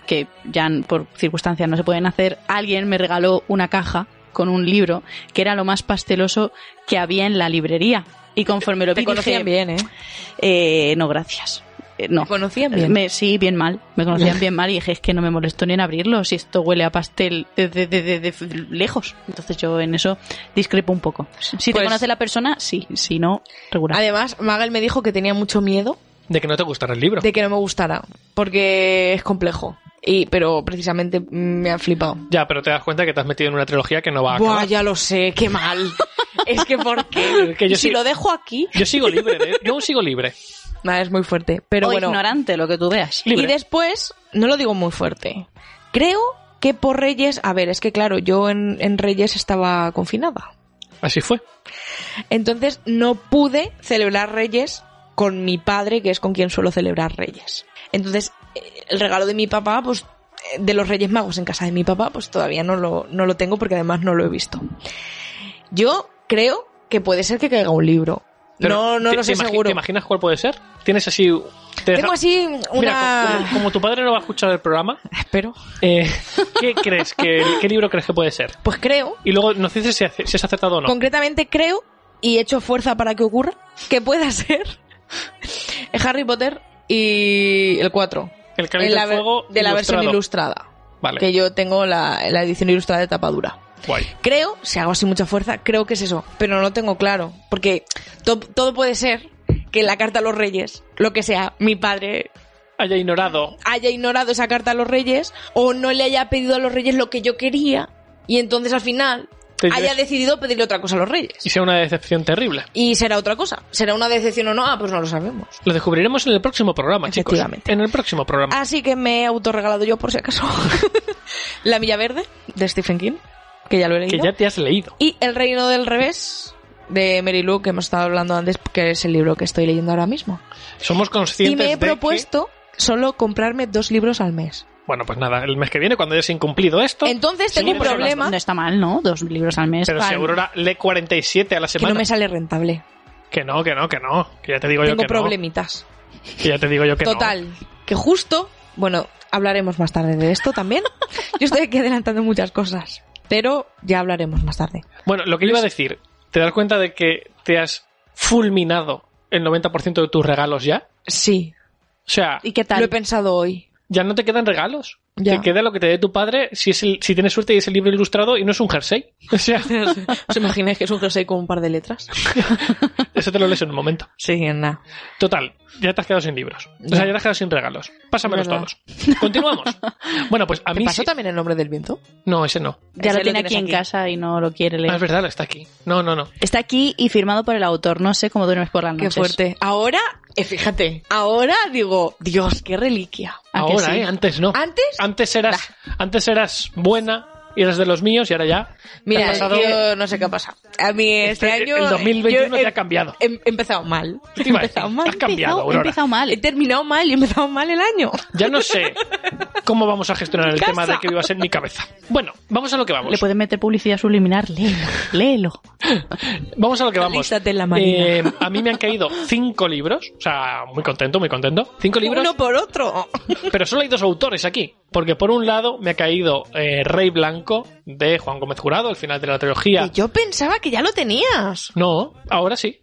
que ya n- por circunstancias no se pueden hacer, alguien me regaló una caja con un libro que era lo más pasteloso que había en la librería. Y conforme lo vi
Te conocían
dije,
bien, ¿eh?
eh, no gracias. Eh, no.
Te conocían bien.
Me- sí, bien mal. Me conocían bien mal y dije, es que no me molesto ni en abrirlo si esto huele a pastel desde de, de- de- de lejos. Entonces yo en eso discrepo un poco. Si te
Pues-
conoce la persona, sí. Si no, regular.
Además, Magel me dijo que tenía mucho miedo
De que no te gustará el libro.
de que no me gustara, porque es complejo. Y, pero precisamente mm, me ha flipado.
Ya, pero te das cuenta que te has metido en una trilogía que no Ah, va a
Buah,
acabar.
ya lo sé, qué (laughs) mal. es
(laughs)
que porque
Que yo
si
sí-
lo dejo aquí,
Yo sigo libre, de- yo aún sigo libre.
nada, es muy fuerte. Pero
o
bueno,
ignorante, lo que tú veas.
y
libre.
después, no lo digo muy fuerte. Creo que por Reyes, a ver, es que claro, yo en, en Reyes estaba confinada.
Así fue.
Entonces no pude celebrar Reyes con mi padre, que es con quien suelo celebrar Reyes. Entonces, eh, el regalo de mi papá, pues eh, de los Reyes Magos en casa de mi papá, pues todavía no lo, no lo tengo porque además no lo he visto. Yo creo que puede ser que caiga un libro.
Pero
no, no
¿te-
lo
te
sé
imagi-
seguro.
¿Te imaginas cuál puede ser? Tienes así. te deja-
Tengo así
Mira,
una...
como, como tu padre no va a escuchar el programa,
(laughs) Espero. (laughs)
eh, ¿qué crees? que- ¿Qué libro crees que puede ser?
Pues creo,
Y luego nos dices si, hace- si es acertado o no.
concretamente creo, y he hecho fuerza para que ocurra, que pueda (laughs) ser Harry Potter y el 4.
El cáliz
En la
del
ver-
fuego
de la versión
ilustrado.
ilustrada.
Vale.
Que yo tengo la, la edición ilustrada de tapadura.
Guay.
Creo, si hago así mucha fuerza, creo que es eso. Pero no lo tengo claro. Porque to- todo puede ser que en la carta a los reyes, lo que sea, mi padre
Haya ignorado.
haya ignorado esa carta a los reyes o no le haya pedido a los reyes lo que yo quería y entonces al final
Te
haya
lleves-
decidido pedirle otra cosa a los reyes.
Y sea una decepción terrible.
Y será otra cosa. ¿Será una decepción o no? Ah, pues no lo sabemos.
Lo descubriremos en el próximo programa, chicos.
Efectivamente.
En el próximo programa.
Así que me he autorregalado yo, por si acaso, (laughs) La Milla Verde, de Stephen King, que ya lo he
que
leído.
ya te has leído.
Y El Reino del Revés, de Mary Lou, que hemos estado hablando antes, que es el libro que estoy leyendo ahora mismo.
Somos conscientes
Y me he
de que-
propuesto solo comprarme dos libros al mes.
Bueno, pues nada, el mes que viene, cuando hayas incumplido esto.
Entonces tengo un
mira, son las
problema
No está mal, ¿no? Dos libros al mes.
pero si
Vale.
Aurora lee 47 a la
que
semana.
no me sale rentable.
Que no, que no, que no. Que ya te digo yo
Tengo
que
problemitas.
no. Que ya te digo yo que no.
Total, que justo, bueno, hablaremos más tarde de
(laughs)
esto también. Yo estoy aquí adelantando muchas cosas, pero ya hablaremos más tarde.
Bueno, lo que iba a decir, ¿te das cuenta de que te has fulminado el 90% de tus regalos ya?
Sí,
O sea,
¿Y qué
lo he
tal?
pensado hoy.
ya no te quedan regalos.
Ya.
Te queda lo que te dé tu padre si, es el- si tienes suerte y es el libro ilustrado y no es un jersey. (laughs) O sea,
¿Os imagináis que es un jersey con un par de letras?
eso te lo lees en un momento.
Sí, nada.
Total, ya te has quedado sin libros. O sea,
Ya.
ya te has quedado sin regalos. Pásamelos
Verdad.
todos.
(laughs)
Continuamos. Bueno, pues a
¿Te
mí
pasó
sí-
también el nombre del viento?
No, ese no.
Ya
Ese
lo tiene
lo tienes
aquí en
aquí.
casa y no lo quiere
Ah, es
leer.
verdad, está aquí. No, no, no.
Está aquí y firmado por el autor. No sé cómo duermes por las
Qué
noches.
fuerte. Ahora, eh, fíjate, ahora digo, Dios, qué reliquia.
¿A que
Ahora,
sí?
¿eh? Antes no.
Antes,
Antes eras, antes eras buena, y eres de los míos y ahora ya. te
Mira,
has pasado-
yo no sé qué ha pasado. A mí este,
Este-
año...
el 2021
yo he-
te ha cambiado.
He, he empezado mal.
¿Qué
He
te iba a
empezado
decir?
mal.
Has cambiado,
He
Aurora.
empezado mal.
He terminado mal y he empezado mal el año.
Ya no sé cómo vamos a
(laughs)
gestionar el
Casa.
tema de que vivas en mi cabeza. Bueno, vamos a lo que vamos.
Le pueden meter publicidad subliminar, léelo, léelo.
Vamos a lo que vamos.
Alístate en la marina.
Eh, a mí me han caído cinco libros, o sea, muy contento, muy contento. Cinco libros,
Uno por otro.
pero solo hay dos autores aquí. Porque por un lado me ha caído eh, Rey Blanco de Juan Gómez Jurado, el final de la trilogía.
Y yo pensaba que ya lo tenías.
No, ahora sí.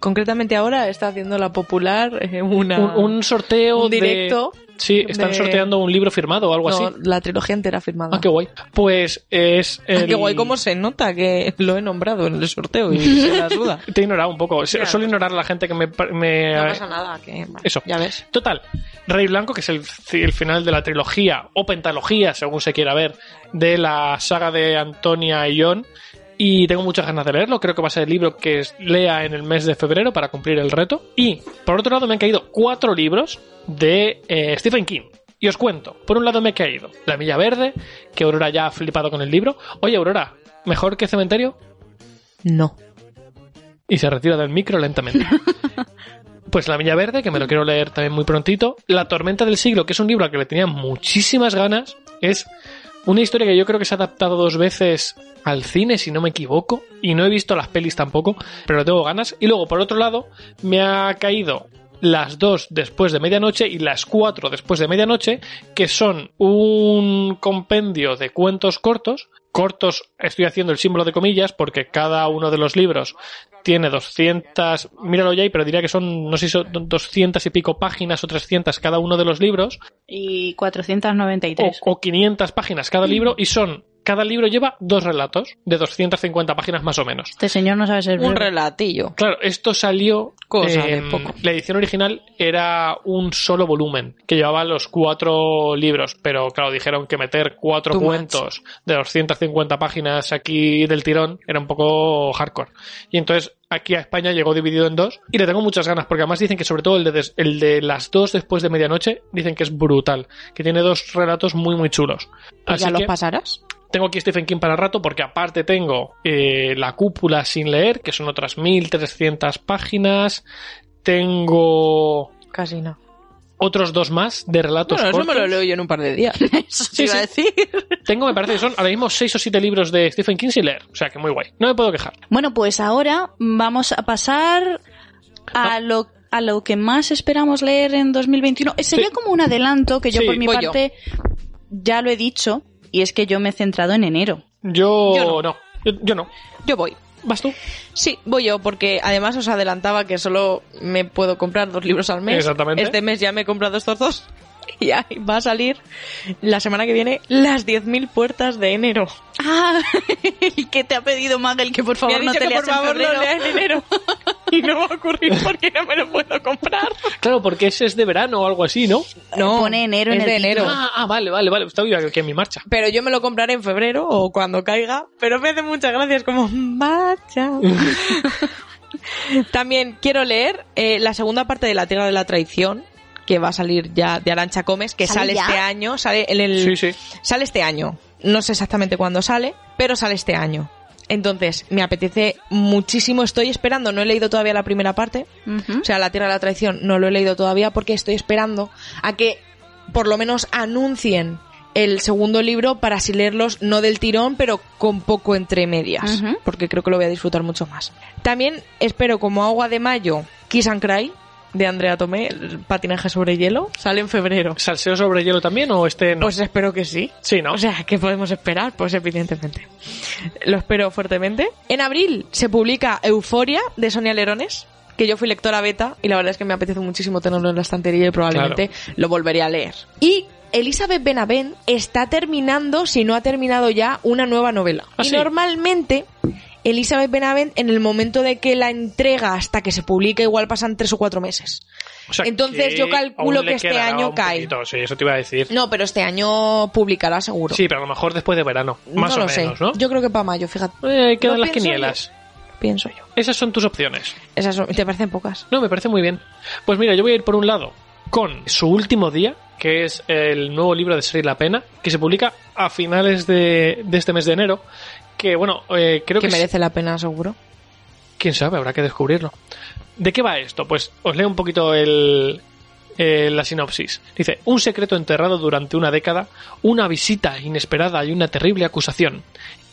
Concretamente ahora está haciendo la popular eh, una...
Un, un sorteo
Un
de-
directo
Sí, están
de-
sorteando un libro firmado o algo
No,
así.
la trilogía entera firmada.
Ah, qué guay. Pues es.
Ah,
el-
qué guay, cómo se nota que lo he nombrado en el sorteo y (laughs) se la suda.
Te he ignorado un poco.
Ya.
Suelo ignorar a la gente que me. me-
No pasa nada, que... bueno,
Eso.
Ya ves.
Total, Rey Blanco, que es el, el final de la trilogía, o pentalogía, según se quiera ver, de la saga de Antonia y John. Y tengo muchas ganas de leerlo. Creo que va a ser el libro que es- lea en el mes de febrero para cumplir el reto. Y, por otro lado, me han caído cuatro libros de eh, Stephen King. Y os cuento. Por un lado me ha caído La Milla Verde, que Aurora ya ha flipado con el libro. Oye, Aurora, ¿mejor que Cementerio?
No.
y se retira del micro lentamente. Pues La Milla Verde, que me lo quiero leer también muy prontito. La Tormenta del Siglo, que es un libro al que le tenía muchísimas ganas. Es una historia que yo creo que se ha adaptado dos veces al cine, si no me equivoco. Y no he visto las pelis tampoco, pero le tengo ganas. Y luego, por otro lado, me ha caído las dos después de medianoche y las cuatro después de medianoche, que son un compendio de cuentos cortos. Cortos, estoy haciendo el símbolo de comillas, porque cada uno de los libros tiene 200, míralo ya, ahí, pero diría que son, no sé si son 200 y pico páginas o 300 cada uno de los libros,
Y
o,
493.
o 500 páginas cada libro, y son, cada libro lleva dos relatos de 250 páginas más o menos.
Este señor no sabe ser
Un
breve.
relatillo.
Claro, esto salió. eh,
Cosa de poco.
La edición original era un solo volumen que llevaba los cuatro libros, pero claro, dijeron que meter cuatro
Too much.
cuentos de 250 páginas aquí del tirón era un poco hardcore. Y entonces aquí a España llegó dividido en dos y le tengo muchas ganas porque además dicen que sobre todo el de, des- el de las dos después de medianoche dicen que es brutal, que tiene dos relatos muy muy chulos.
Pues
Así
¿Ya los
que-
pasarás?
tengo aquí Stephen King para rato porque aparte tengo eh, La cúpula sin leer, que son otras 1300 páginas. Tengo
Casi no.
otros dos más de relatos
Bueno, eso me
cortos.
lo leo yo en un par de días. (laughs) Eso te
Sí,
iba a decir.
Tengo, me parece que son ahora mismo 6 o 7 libros de Stephen King sin leer. O sea que muy guay. No me puedo quejar.
Bueno, pues ahora vamos a pasar a lo a lo que más esperamos leer en 2021. Eh, Sería
Sí.
como un adelanto que yo
Sí,
por mi
voy yo.
parte ya lo he dicho y es que yo me he centrado en enero.
Yo,
Yo no.
Yo, yo no.
Yo voy.
¿Vas tú?
Sí, voy yo, porque además os adelantaba que solo me puedo comprar dos libros al mes.
Exactamente.
Este mes ya me he comprado estos dos. (laughs) Y ahí va a salir la semana que viene las 10.000 puertas de enero.
Ah, (laughs) el que te ha pedido Magel que por
Me ha
favor no
dicho
te
que
leas
por favor
en febrero.
lo lea en enero. (laughs) Y no va a ocurrir porque no me lo puedo comprar.
Claro, porque ese es de verano o algo así, ¿no?
No,
Pone enero en
es
el
de
título.
enero.
Ah, ah, vale, vale, vale. Estaba yo aquí en mi marcha.
Pero yo me lo compraré en febrero o cuando caiga. Pero me hace muchas gracias, como, vaya. (laughs) También quiero leer eh, la segunda parte de La Tierra de la Traición, que va a salir ya de Arancha Comes, que
¿Sale
sale,
ya?
este año. Sale, en el,
Sí, sí.
sale este año. No sé exactamente cuándo sale, pero sale este año. Entonces, me apetece muchísimo. Estoy esperando, no he leído todavía la primera parte.
Ujú.
O sea, La Tierra de la Traición no lo he leído todavía porque estoy esperando a que por lo menos anuncien el segundo libro para así leerlos no del tirón, pero con poco entre medias,
Ujú.
porque creo que lo voy a disfrutar mucho más. También espero como agua de mayo Kiss and Cry de Andrea Tomé, el patinaje sobre hielo, sale en febrero.
¿Salseo sobre hielo también o este no?
Pues espero que sí.
sí, ¿no?
O sea, ¿qué podemos esperar? Pues evidentemente. Lo espero fuertemente. En abril se publica Euforia de Sonia Lerones, que yo fui lectora beta y la verdad es que me apetece muchísimo tenerlo en la estantería y probablemente lo volveré a leer. Y Elizabeth Benavent está terminando, si no ha terminado ya, una nueva novela.
¿Ah,
y
sí?
normalmente Elizabeth Benavent en el momento de que la entrega hasta que se publica igual pasan tres o cuatro meses.
O sea,
entonces yo
aún
calculo
le
que este
quedará
año
un
cae.
poquito, sí, eso te iba a decir.
No, pero este año publicará seguro.
Sí, pero a lo mejor después de verano. Más
no
o
lo
menos,
sé.
¿no?
Yo creo que para mayo, fíjate.
Eh, quedan
Lo
las
pienso
quinielas.
Pienso yo.
Esas son tus opciones.
Esas son- te parecen pocas.
No, me parece muy bien. Pues mira, yo voy a ir por un lado con su último día, que es el nuevo libro de Sri La Pena, que se publica a finales de, de este mes de enero. Que bueno, eh, creo que,
que
es-
merece la pena, seguro.
quién sabe, habrá que descubrirlo. ¿De qué va esto? Pues os leo un poquito el, eh, la sinopsis. Dice, un secreto enterrado durante una década, una visita inesperada y una terrible acusación.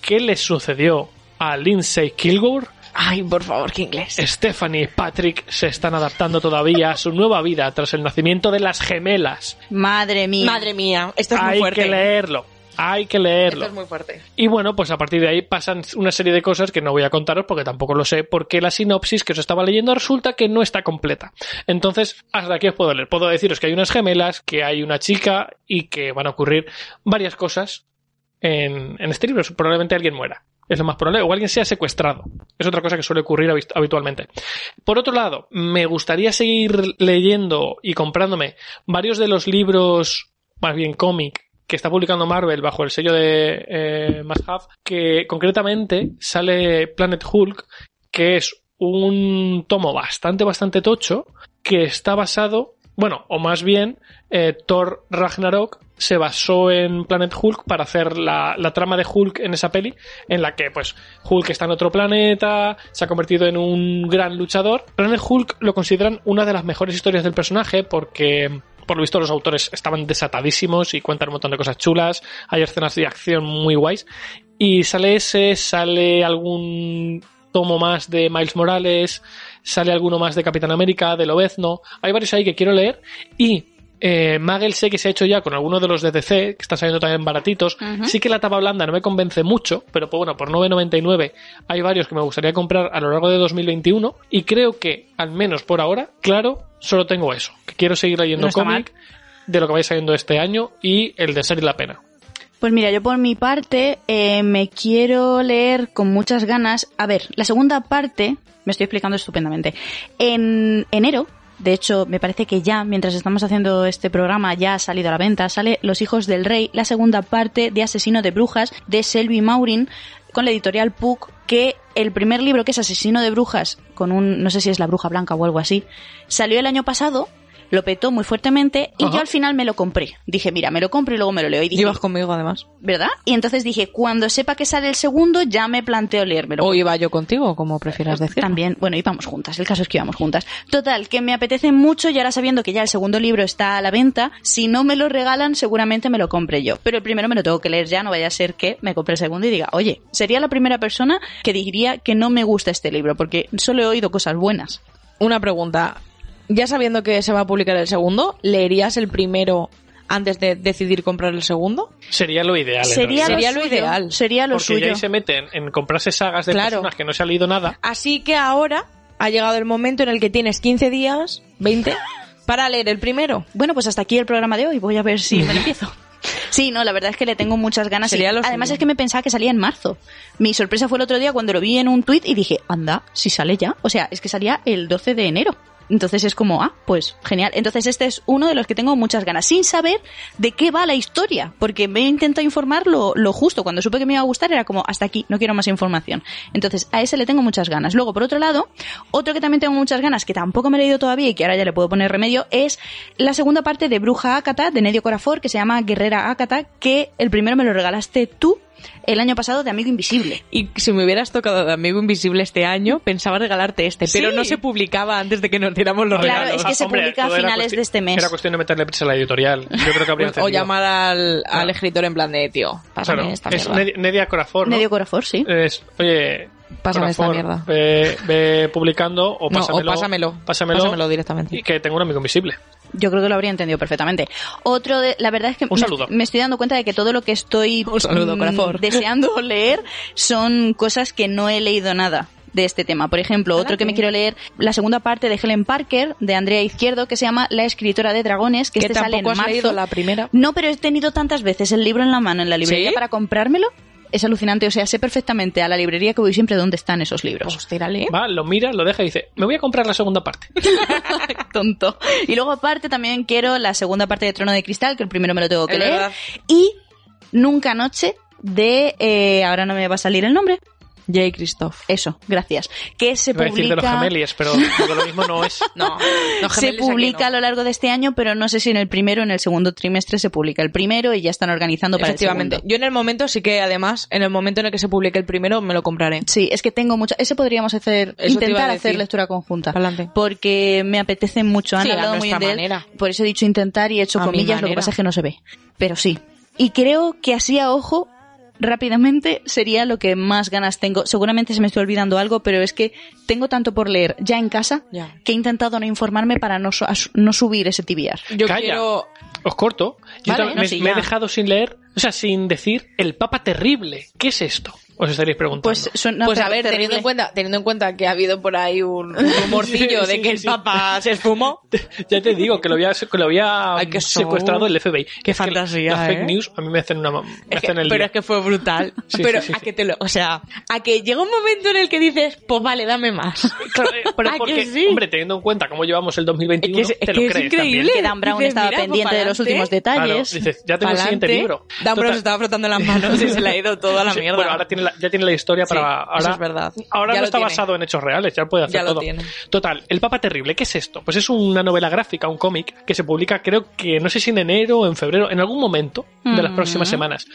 ¿Qué le sucedió a Lindsay Kilgore?
Ay, por favor, que inglés.
Stephanie y Patrick se están adaptando todavía a su nueva vida tras el nacimiento de las gemelas.
Madre mía.
Madre mía, esto es muy
Hay
fuerte. ¿eh?
que leerlo. Hay que
esto
leerlo.
es muy fuerte.
Y bueno, pues a partir de ahí pasan una serie de cosas que no voy a contaros porque tampoco lo sé, porque la sinopsis que os estaba leyendo resulta que no está completa. Entonces, hasta aquí os puedo leer. Puedo deciros que hay unas gemelas, que hay una chica y que van a ocurrir varias cosas en, en este libro. Probablemente alguien muera. Es lo más probable. O alguien sea secuestrado. Es otra cosa que suele ocurrir habit- habitualmente. Por otro lado, me gustaría seguir leyendo y comprándome varios de los libros, más bien cómic, que está publicando Marvel bajo el sello de eh, Must Have, que concretamente sale Planet Hulk, que es un tomo bastante, bastante tocho, que está basado, bueno, o más bien, eh, Thor Ragnarok se basó en Planet Hulk para hacer la, la trama de Hulk en esa peli, en la que pues Hulk está en otro planeta, se ha convertido en un gran luchador. Planet Hulk lo consideran una de las mejores historias del personaje porque por lo visto los autores estaban desatadísimos y cuentan un montón de cosas chulas, hay escenas de acción muy guays y sale ese, sale algún tomo más de Miles Morales, sale alguno más de Capitán América, de Lobezno, hay varios ahí que quiero leer y eh, Magel sé que se ha hecho ya con alguno de los de DC, que están saliendo también baratitos.
Ujú.
Sí que la tapa blanda no me convence mucho, pero pues, bueno, por 9.99 hay varios que me gustaría comprar a lo largo de 2021 y creo que, al menos por ahora, claro, solo tengo eso, que quiero seguir leyendo
No está
cómic de lo que vais saliendo este año y el de Ser y la Pena.
Pues mira, yo por mi parte eh, me quiero leer con muchas ganas. A ver, la segunda parte, me estoy explicando estupendamente. En enero, de hecho, me parece que ya, mientras estamos haciendo este programa, ya ha salido a la venta, sale Los Hijos del Rey, la segunda parte de Asesino de Brujas de Selby Maurin con la editorial Puck, que el primer libro que es Asesino de Brujas, con un, no sé si es la bruja blanca o algo así, salió el año pasado. Lo petó muy fuertemente y
Ajá.
yo al final me lo compré. Dije, mira, me lo compro y luego me lo leo. Y dije,
Ibas conmigo, además.
¿verdad? Y entonces dije, cuando sepa que sale el segundo, ya me planteo leérmelo.
O iba yo contigo, como prefieras decir.
También, bueno, íbamos juntas, el caso es que íbamos juntas. Total, que me apetece mucho y ahora sabiendo que ya el segundo libro está a la venta, si no me lo regalan, seguramente me lo compre yo. Pero el primero me lo tengo que leer ya, no vaya a ser que me compre el segundo y diga, oye, sería la primera persona que diría que no me gusta este libro, porque solo he oído cosas buenas.
Una pregunta. Ya sabiendo que se va a publicar el segundo, ¿leerías el primero antes de decidir comprar el segundo?
Sería lo ideal. en realidad.
Sería lo
suyo,
ideal.
Sería lo
Porque ya
suyo.
ahí se meten en comprarse sagas de
Claro.
personas que no se ha leído nada.
Así que ahora ha llegado el momento en el que tienes 15 días, 20, para leer el primero.
Bueno, pues hasta aquí el programa de hoy. Voy a ver si
(laughs)
me lo empiezo. Sí, no, la verdad es que le tengo muchas ganas. y
Sería lo
además
suyo.
es que me pensaba que salía en marzo. Mi sorpresa fue el otro día cuando lo vi en un tuit y dije, anda, si sale ya. O sea, es que salía el 12 de enero. Entonces es como, ah, pues genial. Entonces este es uno de los que tengo muchas ganas, sin saber de qué va la historia, porque me he intentado informar lo, lo justo. Cuando supe que me iba a gustar era como, hasta aquí, no quiero más información. Entonces a ese le tengo muchas ganas. Luego, por otro lado, otro que también tengo muchas ganas, que tampoco me he leído todavía y que ahora ya le puedo poner remedio, es la segunda parte de Bruja Akata, de Nedio Corafor, que se llama Guerrera Akata, que el primero me lo regalaste tú el año pasado de Amigo Invisible.
Y si me hubieras tocado de Amigo Invisible este año, pensaba regalarte este, pero
Sí.
no se publicaba antes de que nos diéramos los
Claro,
regalos.
es que se
Hombre,
publica a
todo era
finales
cuestión-
de este mes.
Era cuestión de meterle prisa a la editorial. Yo creo que
(laughs)
habría
Pues, O
entendido.
llamar al, al
Claro.
escritor en plan de, tío, pásame
Claro,
esta
es
mierda.
Ned- Nedia Corafor, ¿no?
Nedio Corafor, sí.
Es, oye,
Pásame esta
Corafor,
mierda.
Ve, ve publicando o
No,
pásamelo.
o pásamelo.
Pásamelo.
directamente.
Y que tengo un amigo invisible.
Yo creo que lo habría entendido perfectamente. Otro de, la verdad es que
Un saludo.
Me, me estoy dando cuenta de que todo lo que estoy
(laughs) Un saludo,
mm,
corazón.
deseando leer son cosas que no he leído nada de este tema. Por ejemplo, otro que me
Adelante.
quiero leer, la segunda parte de Helen Parker, de Andrea Izquierdo, que se llama La escritora de dragones, que,
Que
este sale en
tampoco has
marzo.
leído la primera.
No, pero he tenido tantas veces el libro en la mano en la librería
¿Sí?
para comprármelo. Es alucinante, o sea, sé perfectamente a la librería que voy siempre dónde están esos libros.
Pues tírale.
Va, lo mira, lo deja y dice, me voy a comprar la segunda parte.
tonto. Y luego aparte también quiero la segunda parte de Trono de Cristal, que el primero me lo tengo que
Es
leer.
verdad.
Y Nunca Noche de... eh, ahora no me va a salir el nombre.
Jay Christoph.
Eso, gracias. Que se
Iba a decir de los
publica.
gemelies, pero digo, lo mismo
(laughs)
no es.
No, no,
se
gemelos aquí
publica a
no.
lo largo de este año, pero no sé si en el primero o en el segundo trimestre se publica el primero y ya están organizando para el
Efectivamente.
segundo.
Yo en el momento sí que, además, en el momento en el que se publique el primero, me lo compraré.
Sí, es que tengo mucha. Ese podríamos hacer,
Eso te iba
intentar
a decir.
hacer lectura conjunta.
Pa'lante.
Porque me apetece mucho. Han
Sí, a
hablado muy
nuestra
bien de él.
manera.
Por eso he dicho intentar y he hecho
A mi
comillas, lo que
manera.
pasa es que no se ve. Pero sí. Y creo que así a ojo, rápidamente, sería lo que más ganas tengo. Seguramente se me estoy olvidando algo, pero es que tengo tanto por leer ya en casa
Ya.
que he intentado no informarme para no, su- as- no subir ese tibiar.
Yo
Calla.
quiero.
Os corto. Yo
Vale,
también
no,
me,
sí,
me he
ya.
dejado sin leer, o sea, sin decir el Papa Terrible. ¿Qué es esto? Os estaréis preguntando.
Pues suena
pues a
ter-
ver, teniendo
terrible.
en, cuenta, teniendo en cuenta que ha habido por
(laughs)
ahí un
Sí,
rumorcillo
sí,
de que
sí,
el
sí.
papá
(laughs)
se esfumó.
ya te digo que lo había, que lo había
Ay, qué show.
secuestrado el FBI.
Qué
Es que
fantasía,
Las
¿eh?
fake news a mí me hacen, una, me
Es que-
hacen el
pero
día.
es que fue brutal.
Sí,
pero
sí, sí,
a
sí.
que te lo. O sea, a que llega un momento en el que dices, pues vale,
(laughs)
dame más.
Claro, eh, pero
¿A
porque,
que sí?
hombre, teniendo en cuenta cómo llevamos el 2021,
Es que es-
te
es
lo
que es
crees
increíble.
que Dan Brown
Dices,
estaba
mira, pues
pendiente de los
pa'lante.
últimos
también. Claro,
detalles.
dices, ya tengo el siguiente
Pa'lante.
libro.
Dan Brown
Total- (laughs)
se estaba frotando las manos y (laughs) se le ha ido toda la
Sí,
mierda.
Bueno, ahora tiene la- ya tiene la historia
Sí,
para.
eso
Ahora,
es verdad.
Ahora
Ya
no
lo
está
tiene.
basado en hechos reales, ya puede hacer
Ya lo
todo.
tiene.
Total, El Papa Terrible, ¿qué es esto? Pues es una novela gráfica, un cómic, que se publica, creo que no sé si en enero o en febrero, en algún momento de las
Mm.
próximas semanas.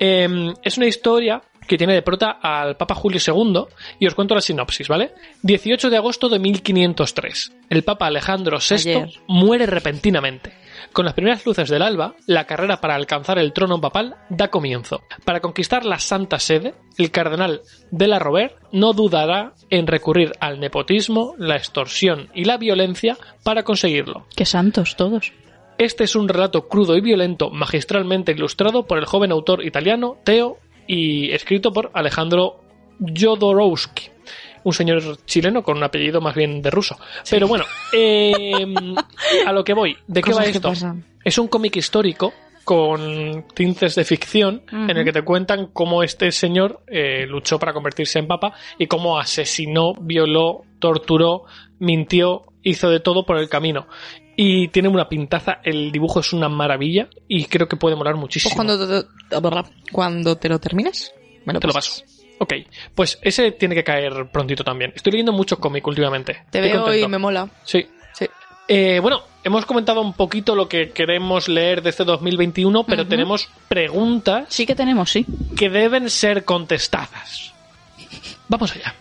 Eh, es una historia que tiene de prota al Papa Julio II, y os cuento la sinopsis, ¿vale? 18 de agosto de 1503. El Papa Alejandro VI
Ayer.
muere repentinamente. Con las primeras luces del alba, la carrera para alcanzar el trono papal da comienzo. Para conquistar la Santa Sede, el cardenal de la Robert no dudará en recurrir al nepotismo, la extorsión y la violencia para conseguirlo.
Qué santos todos.
Este es un relato crudo y violento, magistralmente ilustrado por el joven autor italiano Teo y escrito por Alejandro Jodorowsky, un señor chileno con un apellido más bien de ruso. Pero bueno, eh, a lo que voy, ¿de qué
Cosas
va
que
esto?
pasan.
Es un cómic histórico con tintes de ficción
Ujú.
en el que te cuentan cómo este señor eh, luchó para convertirse en papa y cómo asesinó, violó, torturó, mintió, hizo de todo por el camino. Y tiene una pintaza, el dibujo es una maravilla y creo que puede molar muchísimo.
Pues cuando te, cuando te lo termines, me lo
Te lo
pasas.
Ok, pues ese tiene que caer prontito también. Estoy leyendo mucho cómic últimamente.
Te
Estoy
veo
contento.
y me mola.
Sí.
Sí.
Eh, bueno, hemos comentado un poquito lo que queremos leer de este 2021, pero tenemos preguntas
Sí que tenemos, sí.
que deben ser contestadas. Vamos allá.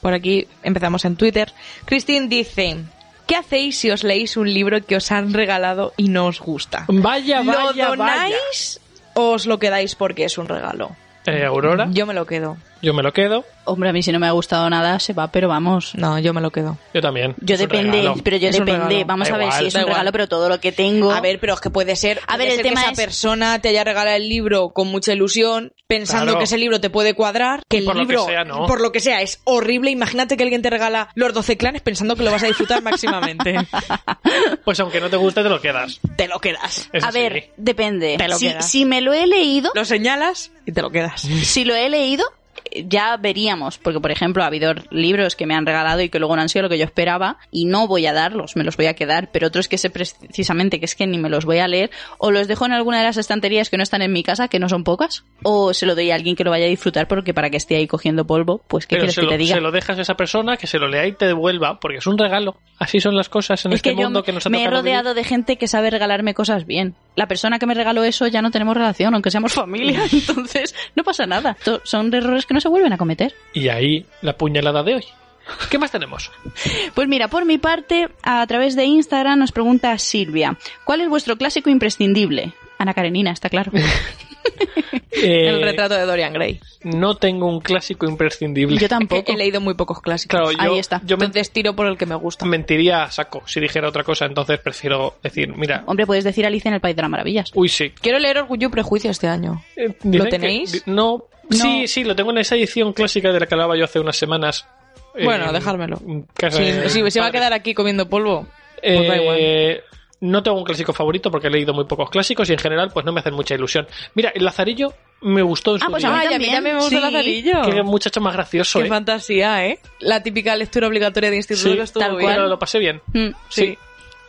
Por aquí empezamos en Twitter. Christine dice, ¿qué hacéis si os leéis un libro que os han regalado y no os gusta?
Vaya,
¿Lo
vaya, vaya.
donáis o os lo quedáis porque es un regalo?
Eh, Aurora, yo...
Yo me lo quedo.
me lo quedo.
Hombre, a mí si no me ha gustado nada se va, pero vamos.
No, yo me lo quedo.
Yo también.
Yo
Es un
depende,
regalo.
pero yo
Es un
depende.
regalo.
Vamos
Da
a ver
igual,
si es
da
un
igual.
regalo, pero todo lo que tengo.
A ver, pero es que puede ser,
A ver,
puede
el
ser que
tema
esa
es-
persona te haya regalado el libro con mucha ilusión, pensando
Claro.
que ese libro te puede cuadrar, que
Y
el
por lo que
libro,
sea, no.
por lo que sea, es horrible. Imagínate que alguien te regala los 12 clanes pensando que lo vas a
(laughs)
disfrutar máximamente.
Pues aunque no te guste, te lo quedas.
Te lo quedas.
Eso
A
sí.
ver, depende.
Te lo
Si,
quedas.
si me lo he leído,
Lo señalas y te lo quedas.
si lo he leído, eh, ya veríamos. Porque, por ejemplo, ha habido libros que me han regalado y que luego no han sido lo que yo esperaba y no voy a darlos, me los voy a quedar. Pero otros que sé precisamente que es que ni me los voy a leer o los dejo en alguna de las estanterías que no están en mi casa, que no son pocas, o se lo doy a alguien que lo vaya a disfrutar porque para que esté ahí cogiendo polvo, pues ¿qué
Pero
quieres
se
que
lo,
te diga?
se lo dejas a esa persona, que se lo lea y te devuelva, porque es un regalo. Así son las cosas en
es
este
que yo
mundo que nos ha
me he
tocado vivir.
rodeado de gente que sabe regalarme cosas bien. La persona que me regaló eso ya no tenemos relación, aunque seamos familia, (laughs) entonces no pasa nada. To- Son errores que no se vuelven a cometer.
Y ahí la puñalada de hoy. ¿Qué
(laughs)
más tenemos?
Pues mira, por mi parte, a través de Instagram nos pregunta Silvia, ¿cuál es vuestro clásico imprescindible? Ana Karenina, está (laughs) claro.
Eh,
El retrato de Dorian Gray.
No tengo un clásico imprescindible.
Yo
Es que
tampoco.
He leído muy pocos clásicos.
Claro, yo,
Ahí está.
yo me-
Entonces tiro por el que me gusta.
(laughs) mentiría a saco si dijera otra cosa, entonces prefiero decir, mira,
Hombre, puedes decir Alicia en el País de las Maravillas.
uy, sí,
Quiero leer Orgullo y Prejuicio este año.
Eh, dicen que-
tenéis?
di- no. Sí, sí, lo tengo en esa edición clásica de la que hablaba yo hace unas semanas. Eh, mm,
Bueno, dejármelo.
en casa
Si,
de
si-
mis
si va a
padres.
quedar aquí comiendo polvo. Pues da igual.
Eh, no tengo un clásico favorito porque he leído muy pocos clásicos y en general pues no me hacen mucha ilusión. Mira, el Lazarillo me gustó en su
Ah, pues
día.
a mí
Ay,
también.
me gusta
Sí.
el azarillo.
Qué muchacho más gracioso,
Qué
eh.
fantasía, ¿eh? La típica lectura obligatoria de instituto
Sí,
que estuvo
tal
bien.
Pero lo pasé bien.
Mm.
Sí.
Sí.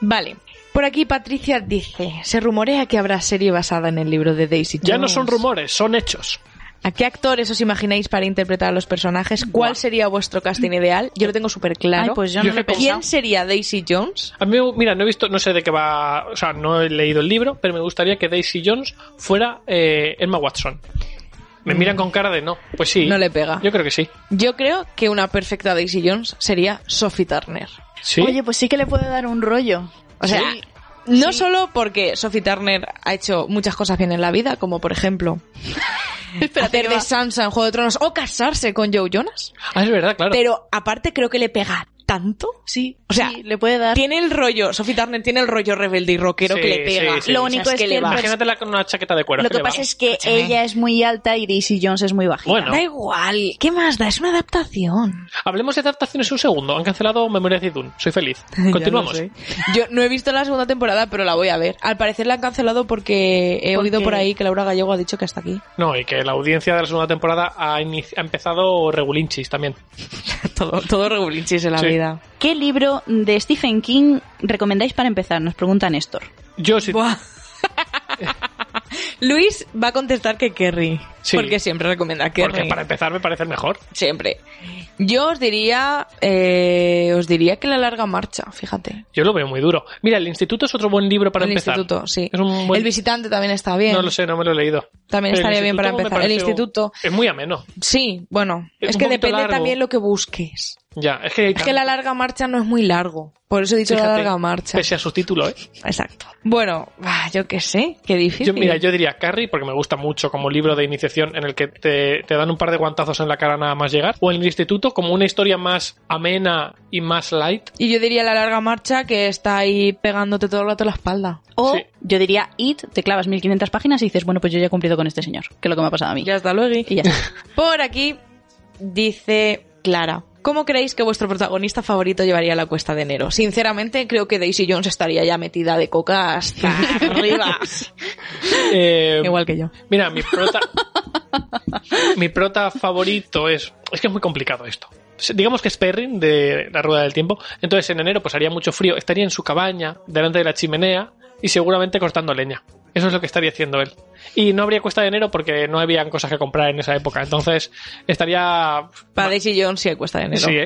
Vale. Por aquí Patricia dice, se rumorea que habrá serie basada en el libro de Daisy
Ya no
Jones.
son rumores, son hechos.
¿A qué actores os imagináis para interpretar a los personajes? ¿Cuál sería vuestro casting ideal? Yo lo tengo súper claro.
Ay, pues yo
Yo
no lo he
que-
pensado.
¿Quién sería Daisy Jones?
A mí, mira, no he visto, no sé de qué va, o sea, no he leído el libro, pero me gustaría que Daisy Jones fuera eh, Emma Watson. Me miran con cara de no. Pues sí.
No le pega.
Yo creo que sí.
Yo creo que una perfecta Daisy Jones sería Sophie Turner.
Sí.
Oye, pues sí que le puede dar un rollo.
O sea,
Sí.
no solo porque Sophie Turner ha hecho muchas cosas bien en la vida, como por ejemplo hacer de Sansa en Juego de Tronos o casarse con Joe Jonas,
Ah, es verdad, claro.
pero aparte creo que le pega tanto.
Sí,
O sea,
sí, le puede dar.
Tiene el rollo, Sophie Turner tiene el rollo rebelde y rockero
Sí,
que le pega.
sí, sí.
Lo único es que
le va.
el
Imagínatela con una chaqueta de cuero.
Lo
¿qué
que
le va?
pasa es que
Escúchame.
ella es muy alta y Daisy Jones es muy bajita.
Bueno.
Da igual, ¿qué más da? Es una adaptación.
Hablemos de adaptaciones un segundo. Han cancelado Memorias de Idún. Soy feliz.
(laughs) Ya
Continuamos.
lo sé. Yo no he visto la segunda temporada, pero la voy a ver. Al parecer la han cancelado porque he
Porque-
oído por ahí que Laura Gallego ha dicho que hasta aquí.
No, y que la audiencia de la segunda temporada ha, inici- ha empezado regulinchis también.
todo todo regulinchis en la
Sí.
vida.
¿Qué libro de Stephen King recomendáis para empezar? Nos pregunta Néstor.
Yo sí.
Buah. (laughs) Luis va a contestar que Kerry.
Sí.
Porque siempre recomienda a
Porque
Kerry.
para empezar me parece el mejor.
Siempre. Yo os diría, eh, os diría que la larga marcha, fíjate.
Yo lo veo muy duro. Mira, El Instituto es otro buen libro para
el
empezar.
instituto, sí.
Es un buen-
El visitante también está bien.
No lo sé, no me lo he leído.
También
Pero el
estaría bien para
instituto me
empezar. El
parece un-
instituto,
Es muy ameno.
sí, bueno.
Es
Es
un
que
poquito
depende
largo.
también lo que busques.
Ya, es que hay
Es que la larga marcha no es muy largo. Por eso he dicho la
Fíjate,
larga marcha.
Pese a su título, ¿eh?
Exacto. Bueno, bah, yo qué sé, qué difícil.
Yo, mira, yo diría Carrie, porque me gusta mucho como libro de iniciación en el que te, te dan un par de guantazos en la cara nada más llegar. O en el instituto, como una historia más amena y más light.
(laughs) Y yo diría la larga marcha que está ahí pegándote todo el rato en la espalda.
O
Sí.
yo diría It, te clavas 1500 páginas y dices, bueno, pues yo ya he cumplido con este señor, que es lo que me ha pasado a mí.
Ya está (laughs) luego.
Y ya está.
Por aquí dice Clara. ¿Cómo creéis que vuestro protagonista favorito llevaría la cuesta de enero? Sinceramente, creo que Daisy Jones estaría ya metida de coca hasta arriba.
Eh,
Igual que yo.
Mira, mi prota. mi prota favorito es. Es que es muy complicado esto. Se- Digamos que es Perrin de la rueda del tiempo. Entonces en enero pues haría mucho frío. Estaría en su cabaña, delante de la chimenea y seguramente cortando leña. Eso es lo que estaría haciendo él. Y no habría cuesta de enero porque no habían cosas que comprar en esa época. Entonces estaría.
Para Daisy Jones sí hay cuesta de enero.
Sí, ¿eh?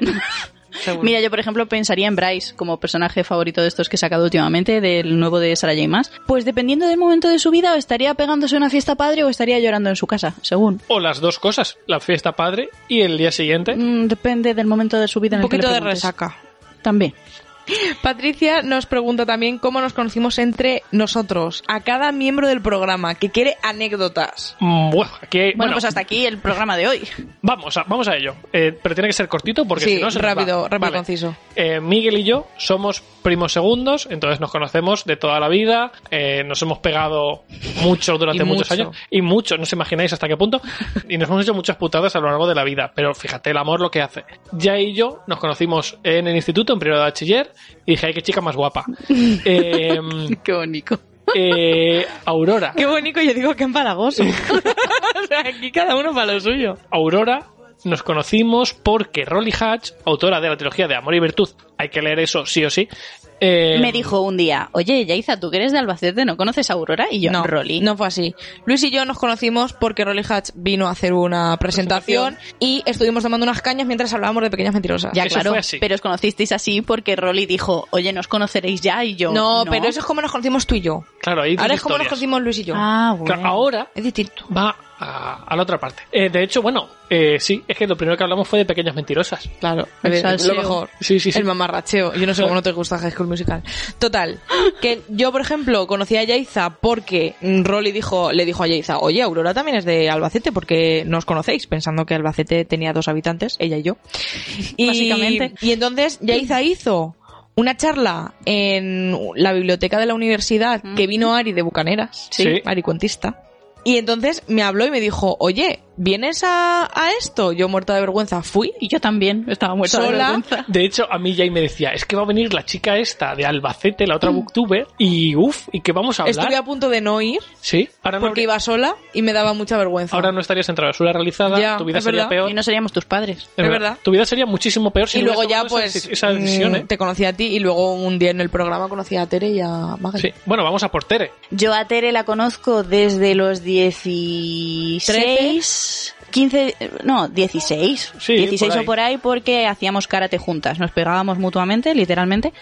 Mira, yo por ejemplo pensaría en Bryce como personaje favorito de estos que he sacado últimamente, del nuevo de Sarah J. Maas. Pues dependiendo del momento de su vida, o estaría pegándose una fiesta padre o estaría llorando en su casa, según.
O las dos cosas, la fiesta padre y el día siguiente.
Mm, depende del momento de su vida en
Un
el que le
poquito de
preguntes.
resaca.
También.
Patricia nos pregunta también cómo nos conocimos entre nosotros, a cada miembro del programa que quiere anécdotas.
Mm, Bueno, aquí hay-
Bueno,
bueno,
pues hasta aquí el programa de
(laughs)
hoy.
vamos, a, vamos a ello. Eh, pero tiene que ser cortito porque si
sí,
no se nos va.
rápido, rápido,
Vale.
conciso.
Eh, Miguel y yo somos primos segundos, entonces nos conocemos de toda la vida, eh, nos hemos pegado mucho durante
Y
muchos
mucho.
años y mucho, no os imagináis hasta qué punto, (laughs) y nos hemos hecho muchas putadas a lo largo de la vida, pero fíjate el amor lo que hace. Ya y yo nos conocimos en el instituto, en primero de bachiller, y dije, ay, qué chica más
(laughs)
guapa. Eh,
Qué bonito.
eh, Aurora.
Qué bonito, yo digo que empalagoso. (laughs) o sea, aquí cada uno para lo suyo.
Aurora nos conocimos porque Rolly Hatch, autora de la trilogía de Amor y Virtud, hay que leer eso sí o sí, eh,
Me dijo un día, oye, Yaiza, tú que eres de Albacete, ¿no conoces a Aurora? Y yo,
no,
Rolly.
No fue así. Luis y yo nos conocimos porque Rolly Hatch vino a hacer una presentación, y estuvimos tomando unas cañas mientras hablábamos de pequeñas mentirosas.
Ya,
Eso
claro,
fue así.
pero os conocisteis así porque Rolly dijo, oye, nos conoceréis ya y yo.
no, pero eso es como nos conocimos tú y yo.
Claro, ahí
Ahora
tiene
es como nos
historias.
conocimos Luis y yo.
Ah, bueno.
Claro, ahora
Es distinto.
va a, a la otra parte. Eh, de hecho, bueno, eh, sí, es que lo primero que hablamos fue de pequeñas
(laughs)
mentirosas.
Claro,
El
eh,
salseo.
lo mejor.
Sí, sí, sí.
El mamarracheo. Yo no sé cómo no te gusta High School Musical.
(gasps)
Total, que yo, por ejemplo, conocí a Yaiza porque mm, Rolly dijo, le dijo a Yaiza, oye, Aurora también es de Albacete porque no os conocéis, pensando que Albacete tenía dos habitantes, ella
(laughs)
y yo. Y,
Básicamente.
Y entonces Yaiza hizo una charla en la biblioteca de la universidad que vino Ari de Bucaneras,
Mm. Sí.
Ari cuentista. Y entonces me habló y me dijo, oye, ¿vienes a, a esto? Yo muerta de vergüenza fui.
Y yo también estaba muerta de
Sola.
vergüenza.
De hecho, a mí ya me decía, es que va a venir la chica esta de Albacete, la otra booktuber, y uff, ¿y qué vamos a hablar?
Estuve a punto de no ir
Sí, ahora no,
porque
habría-
iba sola y me daba mucha vergüenza.
ahora no estarías en travesura realizada,
Ya,
tu vida
es
sería
verdad.
peor.
Y no seríamos tus padres.
Es verdad.
Tu vida sería muchísimo peor si
y
no
luego
hubieras
ya
tomado
pues
esa, esa decisión,
mm,
¿eh?
te conocí a ti y luego un día en el programa conocí a Tere y a Magali.
Sí. Bueno, vamos a por Tere.
Yo a Tere la conozco desde los 16, 15, eh, no, 16,
Sí,
16
por ahí.
o por ahí porque hacíamos karate juntas, nos pegábamos mutuamente, literalmente,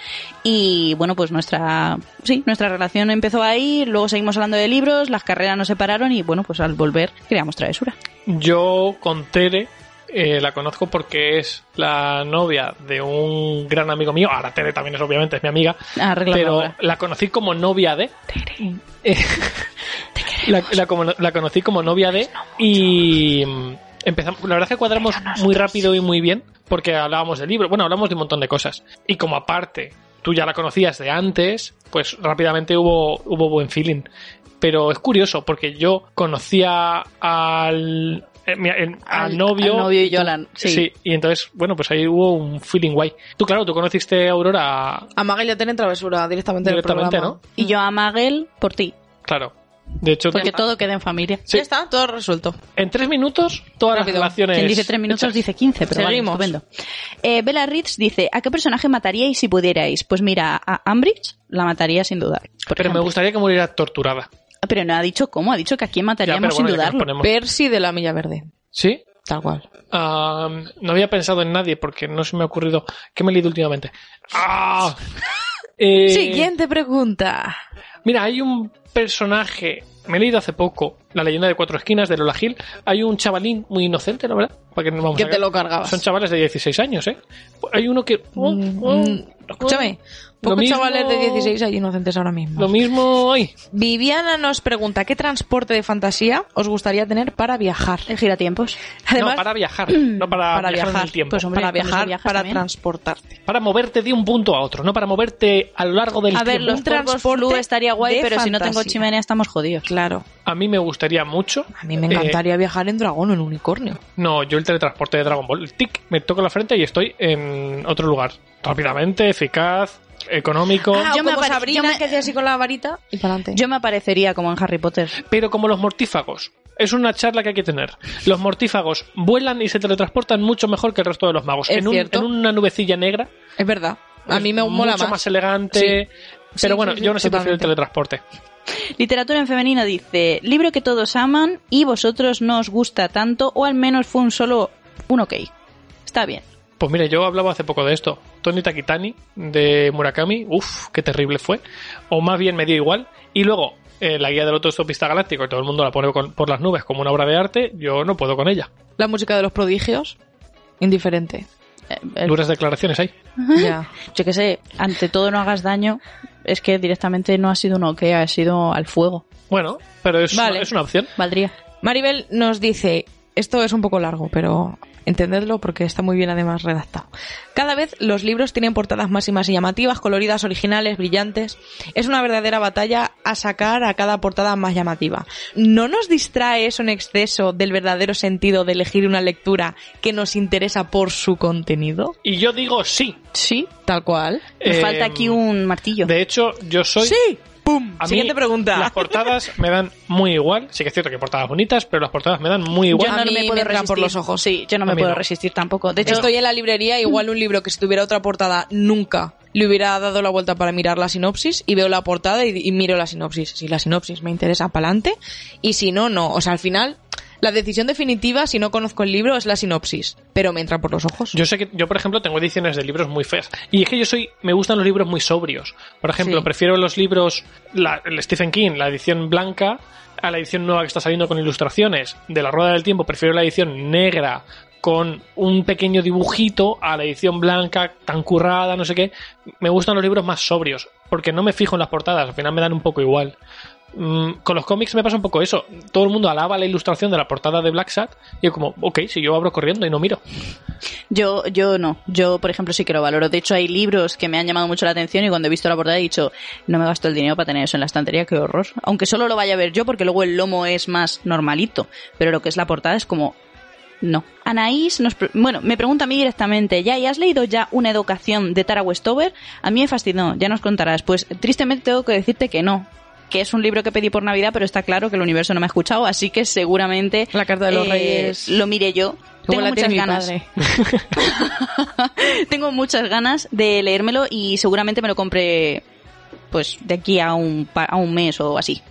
y bueno, pues nuestra, sí, nuestra relación empezó ahí, luego seguimos hablando de libros, las carreras nos separaron y bueno, pues al volver creamos travesura.
Yo con Tere eh, la conozco porque es la novia de un gran amigo mío. Ahora Tere también es obviamente es mi amiga,
Arreglamos
pero
ahora.
la conocí como novia de.
(laughs)
Eh, la, la como- la conocí como novia de y mm, empezamos. La verdad es que cuadramos muy rápido y muy bien porque hablábamos de libro. Bueno, hablamos de un montón de cosas y como aparte tú ya la conocías de antes, pues rápidamente hubo hubo buen feeling. Pero es curioso porque yo conocía al eh, mira, el- al,
Al-
novio,
al novio y
tú-
yo a la- sí.
y entonces, bueno, pues ahí hubo un feeling guay. Tú, claro, tú conociste a Aurora
A Magali la Tere en travesura directamente,
Directamente,
en el programa.
¿no?
Y yo a Magel por ti,
Claro. De hecho, ah,
porque todo queda en familia.
Sí.
Ya está, todo resuelto.
en tres minutos todas
Rápido.
las relaciones.
Quien dice tres minutos
hechas.
dice 15, pero vale,
Seguimos.
estupendo. Eh, Bella Ritz dice, ¿a qué personaje mataríais si pudierais? Pues mira, a Ambridge la mataría sin dudar. por
Pero me
ejemplo.
gustaría que muriera torturada.
Pero no ha dicho cómo, ha dicho que a quién
Ya,
mataríamos
pero
sin
bueno, ya que nos
dudarlo.
ponemos-
Percy de la Milla Verde,
¿Sí?
tal cual.
Ah, no había pensado en nadie porque no se me ha ocurrido. ¿Qué me he leído últimamente? ¡Ah! Eh,
Siguiente pregunta.
Mira, hay un personaje. Me he leído hace poco La leyenda de cuatro esquinas de Lola Gil. Hay un chavalín muy inocente, la verdad. Para que nos vamos
Que
a-
te lo cargabas.
Son chavales de 16 años, ¿eh? Hay uno que.
Mm, mm, escúchame, pocos
mismo-
chavales de 16 hay inocentes ahora mismo.
Lo mismo. Ay,
Viviana nos pregunta, ¿qué transporte de fantasía os gustaría tener para viajar?
El giratiempos.
Además,
no, para viajar, no para,
para
viajar, en
viajar,
el tiempo.
Pues hombre,
para
con eso
viajar,
viajas
para
también.
transportarte.
para moverte de un punto a otro, no para moverte a lo largo del
A ver,
tiempo.
los
transporte
transportes flu estaría guay,
de
pero si no tengo
fantasía.
chimenea estamos jodidos.
Claro,
A mí me gustaría mucho.
a mí me
eh,
encantaría viajar en dragón o en unicornio.
no, yo el teletransporte de Dragon Ball. El tic, me toco la frente y estoy en otro lugar. Rápidamente, eficaz, económico.
Ah, yo me apare- yo me-
hacía así con la varita y para adelante.
Yo me aparecería como en Harry Potter.
Pero como los mortífagos. Es una charla que hay que tener. Los mortífagos vuelan y se teletransportan mucho mejor que el resto de los magos.
Es
en, un-
cierto.
en una nubecilla negra.
Es verdad, a mí me
es
mola
mucho
más.
más. elegante.
Sí,
Pero bueno,
sí, sí,
yo no sé prefiero el
totalmente.
teletransporte.
Literatura en femenino dice, libro que todos aman y vosotros no os gusta tanto, o al menos fue un solo, un ok. Está bien.
Pues mire, yo hablaba hace poco de esto. Tony Takitani de Murakami, uff, qué terrible fue. O más bien me dio igual. Y luego, eh, la guía del autostopista galáctico, que todo el mundo la pone con- por las nubes como una obra de arte, yo no puedo con ella.
La música de los prodigios, indiferente.
Eh, el-
Duras declaraciones ahí.
Ya.
yo qué sé, ante todo no hagas daño, es que directamente no ha sido un ok, ha sido al fuego.
Bueno, pero es,
Vale.
es una opción.
Valdría.
Maribel nos dice, esto es un poco largo, pero entendedlo porque está muy bien además redactado. Cada vez los libros tienen portadas más y más llamativas, coloridas, originales, brillantes. Es una verdadera batalla a sacar a cada portada más llamativa. ¿No nos distrae eso en exceso del verdadero sentido de elegir una lectura que nos interesa por su contenido?
Y yo digo sí.
Sí.
Tal cual.
Me
Eh,
falta aquí un martillo.
De hecho, yo soy.
Sí. ¡Pum!
a mí
Siguiente pregunta.
Las portadas me dan muy igual. Sí que es cierto que hay portadas bonitas, pero las portadas me dan muy igual.
A mí me entran por los ojos.
Sí, yo no me
A mí
puedo
no.
resistir tampoco. De hecho,
Estoy en la librería, igual un libro que si tuviera otra portada nunca le hubiera dado la vuelta para mirar la sinopsis y veo la portada y, y miro la sinopsis. Si la sinopsis me interesa, pa'lante. Y si no, no. O sea, al final, la decisión definitiva, si no conozco el libro, es la sinopsis. Pero me entra por los ojos.
Yo sé que yo por ejemplo tengo ediciones de libros muy feas y es que yo soy me gustan los libros muy sobrios. Por ejemplo,
Sí.
prefiero los libros la, el Stephen King, la edición blanca a la edición nueva que está saliendo con ilustraciones de la rueda del tiempo, prefiero la edición negra con un pequeño dibujito a la edición blanca tan currada, no sé qué. Me gustan los libros más sobrios porque no me fijo en las portadas, al final me dan un poco igual. Mm, con los cómics me pasa un poco eso. Todo el mundo alaba la ilustración de la portada de Black Sat y es como, ok, si yo abro corriendo y no miro.
Yo, yo no. Yo, por ejemplo, sí que lo valoro. De hecho, hay libros que me han llamado mucho la atención y cuando he visto la portada he dicho, no me gasto el dinero para tener eso en la estantería, qué horror. Aunque solo lo vaya a ver yo porque luego el lomo es más normalito. Pero lo que es la portada es como, no. Anaís nos, pre- bueno, me pregunta a mí directamente, ya, ¿y has leído ya una educación de Tara Westover? A mí me fascinó, ya nos contarás. Pues tristemente tengo que decirte que no que es un libro que pedí por Navidad, pero está claro que el universo no me ha escuchado, así que seguramente eh,
La Carta de los Reyes.
lo miré yo.
Como
Tengo
la
muchas
tiene mi
ganas.
padre.
(laughs) Tengo muchas ganas de leérmelo y seguramente me lo compré pues de aquí a un, pa- a un mes o así.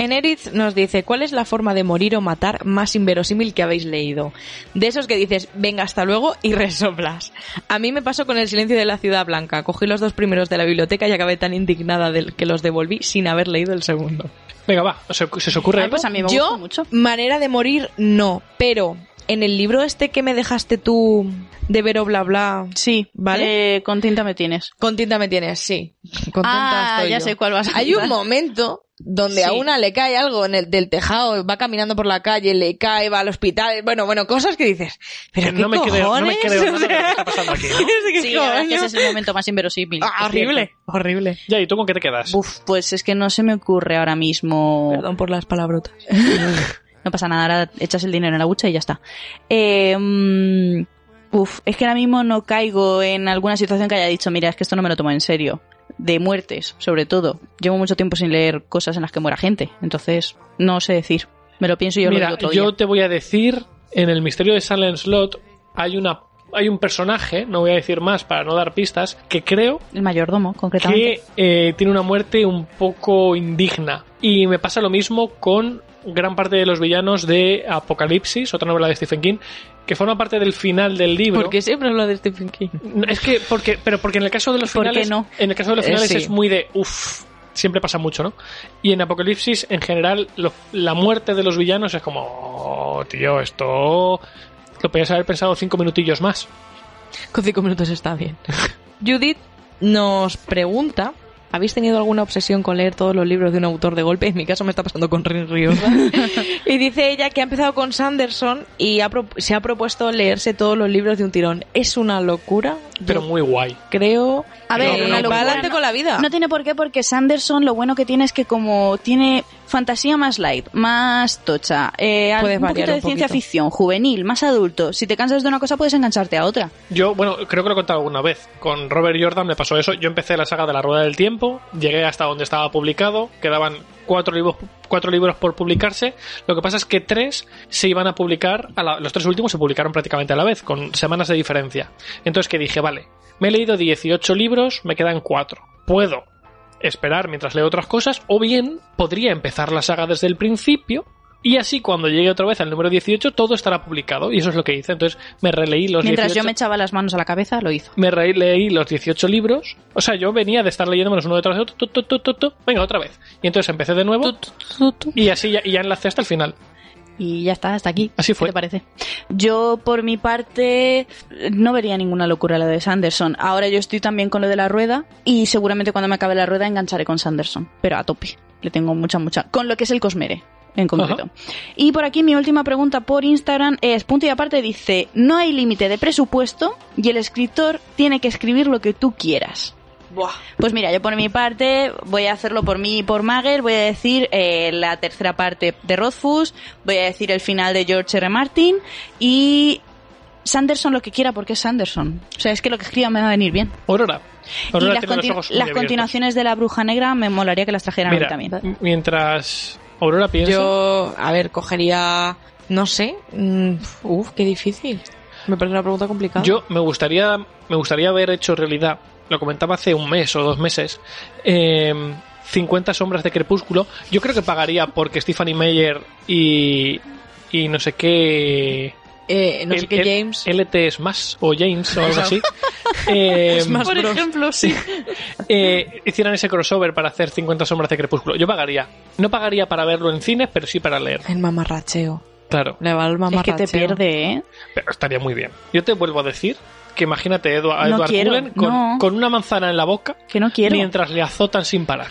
Eneriz nos dice, ¿cuál es la forma de morir o matar más inverosímil que habéis leído? De esos que dices, venga hasta luego y (laughs) resoplas. A mí me pasó con el silencio de la ciudad blanca. Cogí los dos primeros de la biblioteca y acabé tan indignada del que los devolví sin haber leído el segundo.
Venga, va, ¿se, se os ocurre
Ah,
algo?
pues a mí me
Yo,
gusta mucho.
manera de morir, no. Pero en el libro este que me dejaste tú de Vero Bla Bla,
Sí,
¿Vale?
eh, contenta me tienes.
contenta me tienes, sí. Contenta
Ah,
estoy
ya
yo.
sé cuál vas a
Hay un
contar.
momento donde a
Sí.
una le cae algo en el del tejado, va caminando por la calle, le cae, va al hospital, bueno, bueno, cosas que dices, pero
Que
qué
Eh, no me creo- no me
cojones?
creo nada
(laughs) O
de lo que
sea,
está pasando aquí,
(laughs)
¿no?
es que
Sí, la verdad es que
coño.
ese es el momento más inverosímil.
Ah,
es cierto.
horrible, horrible.
Ya, ¿y tú con qué te quedas?
Buf, pues es que no se me ocurre ahora mismo.
Perdón por las palabrotas.
No pasa nada, ahora echas el dinero en la hucha y ya está. Eh, mm, uf, es que ahora mismo no caigo en alguna situación que haya dicho, mira, es que esto no me lo tomo en serio. De muertes, sobre todo. Llevo mucho tiempo sin leer cosas en las que muera gente, entonces no sé decir. Me lo pienso y yo
Mira,
lo digo otro
yo
día.
te voy a decir, en el misterio de Silent Slot hay una hay un personaje, no voy a decir más para no dar pistas, que creo
El mayordomo, concretamente.
que eh, tiene una muerte un poco indigna. Y me pasa lo mismo con gran parte de los villanos de Apocalipsis, otra novela de Stephen King, que forma parte del final del libro.
Porque siempre hablo de Stephen King.
No, Es que, porque, pero porque en el caso de los
¿Por qué
finales,
no?
en el caso de los
Eh,
finales
sí.
es muy de, uff, siempre pasa mucho, ¿no? Y en Apocalipsis, en general, lo- la muerte de los villanos es como, "Oh, tío, esto lo podías haber pensado cinco minutillos más.
Con cinco minutos está bien. (laughs) Judith nos pregunta. ¿Habéis tenido alguna obsesión con leer todos los libros de un autor de golpe? En mi caso me está pasando con Rin Riosa. y dice ella que ha empezado con Sanderson y ha pro- se ha propuesto leerse todos los libros de un tirón. Es una locura. Yo
Pero muy guay.
creo.
A ver,
que
una
va
locura,
adelante
no-
con la vida.
No tiene por qué, porque Sanderson lo bueno que tiene es que como tiene fantasía más light, más tocha, eh,
Puedes
un poquito
variar
de
un
ciencia
poquito.
ficción, juvenil, más adulto. Si te cansas de una cosa puedes engancharte a otra.
Yo, bueno, creo que lo he contado alguna vez. Con Robert Jordan me pasó eso. Yo empecé la saga de la Rueda del Tiempo, llegué hasta donde estaba publicado, quedaban cuatro libros, cuatro libros por publicarse. Lo que pasa es que tres se iban a publicar, a la- los tres últimos se publicaron prácticamente a la vez, con semanas de diferencia. Entonces que dije, vale, me he leído 18 libros, me quedan cuatro. Puedo esperar mientras leo otras cosas, o bien podría empezar la saga desde el principio. Y así cuando llegue otra vez al número 18 todo estará publicado y eso es lo que hice. Entonces me releí los
Mientras
18
yo me echaba las manos a la cabeza, lo hizo.
me reí, leí los 18 libros. O sea, yo venía de estar leyéndomelos uno detrás de otro. tu, tu, tu, tu, tu, venga, otra vez. Y entonces empecé de nuevo. Y así ya, y ya enlacé hasta el final.
Y ya está, hasta aquí.
Así fue.
¿Qué te parece? Yo, por mi parte, no vería ninguna locura lo de Sanderson. Ahora yo estoy también con lo de la rueda y seguramente cuando me acabe la rueda engancharé con Sanderson, pero a tope. Le tengo mucha, mucha. Con lo que es el Cosmere, en concreto. Y por aquí mi última pregunta por Instagram es, punto y aparte dice, no hay límite de presupuesto y el escritor tiene que escribir lo que tú quieras. Pues mira, yo por mi parte voy a hacerlo por mí y por Mager. Voy a decir eh, la tercera parte de Rothfuss, voy a decir el final de George R. R. Martin y Sanderson lo que quiera porque es Sanderson. O sea, es que lo que escriba me va a venir bien.
Aurora.
y
Aurora
las,
tiene los
continu-
ojos muy
las
abiertos.
continuaciones de La Bruja Negra me molaría que las trajeran
Mira,
a mí también.
m- mientras Aurora piensa.
Yo, a ver, cogería. No sé. mm, Uf, qué difícil. Me parece una pregunta complicada.
Yo me gustaría, me gustaría haber hecho realidad, lo comentaba hace un mes o dos meses, eh, 50 sombras de crepúsculo. Yo creo que pagaría porque Stephanie Meyer y, y no sé qué...
Eh, no sé
L-
qué,
L-
James.
LT es más, o James, o algo así.
(laughs)
Eh,
Por ejemplo, sí.
eh, hicieran ese crossover para hacer 50 sombras de crepúsculo. Yo pagaría. No pagaría para verlo en cines, pero sí para leer.
El mamarracheo.
Claro.
Le va el
Es que
mamarracheo.
te pierde, ¿eh?
Pero estaría muy bien. Yo te vuelvo a decir que imagínate a Edwa- a
No
Edward
quiero,
Cullen con,
no.
con una manzana en la boca
Que no quiero.
mientras le azotan sin parar.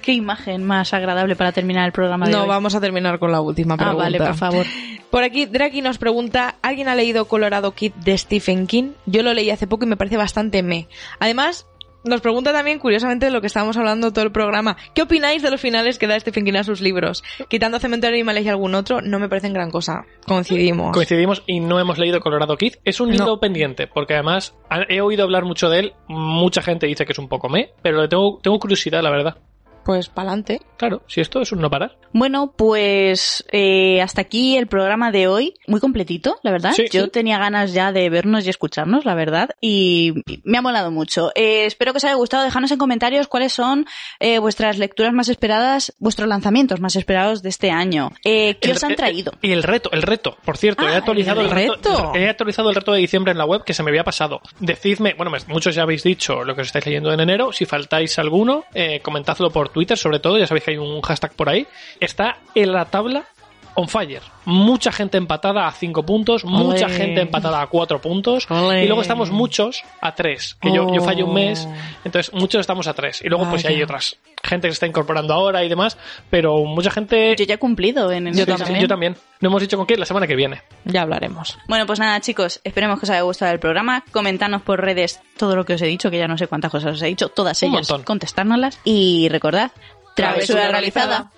qué imagen más agradable para terminar el programa de
No,
hoy.
vamos a terminar con la última
Ah,
pregunta.
vale, por favor.
Por aquí, Draki nos pregunta, ¿alguien ha leído Colorado Kid de Stephen King? Yo lo leí hace poco y me parece bastante me. Además, nos pregunta también, curiosamente, de lo que estábamos hablando todo el programa. ¿Qué opináis de los finales que da Stephen King a sus libros? Quitando Cementerio Animales y algún otro, no me parecen gran cosa. Coincidimos.
Coincidimos y no hemos leído Colorado Kid. Es un libro
No.
pendiente, porque además ha- he oído hablar mucho de él. Mucha gente dice que es un poco me, pero le tengo, tengo curiosidad, la verdad.
pues pa'lante.
Claro, si esto es un no parar.
Bueno, pues eh, hasta aquí el programa de hoy. Muy completito, la verdad.
Sí.
Yo
Sí.
tenía ganas ya de vernos y escucharnos, la verdad. Y me ha molado mucho. Eh, espero que os haya gustado. Dejadnos en comentarios cuáles son eh, vuestras lecturas más esperadas, vuestros lanzamientos más esperados de este año. Eh, ¿Qué
El-
os han
el-
traído?
Y el reto, el reto. Por cierto,
Ah,
he actualizado
el
el reto.
reto.
He actualizado el reto de diciembre en la web que se me había pasado. Decidme, bueno, me- muchos ya habéis dicho lo que os estáis leyendo en enero. Si faltáis alguno, eh, comentadlo por Twitter, sobre todo. Ya sabéis que hay un hashtag por ahí. Está en la tabla on fire. Mucha gente empatada a 5 puntos, mucha
Ole.
gente empatada a 4 puntos.
Ole. Oh.
Y luego estamos muchos a 3. Que yo, yo fallo un mes. Entonces, muchos estamos a 3. Y luego, pues,
Vaya.
hay otras gente que se está incorporando ahora y demás. Pero mucha gente.
Yo ya he cumplido en enero
Sí, sí, Yo también. No hemos dicho con qué la semana que viene.
Ya hablaremos.
Bueno, pues nada, chicos, esperemos que os haya gustado el programa. Comentadnos por redes todo lo que os he dicho, que ya no sé cuántas cosas os he dicho, todas
Un
ellas,
montón.
contestárnoslas. Y recordad,
Travesura realizada.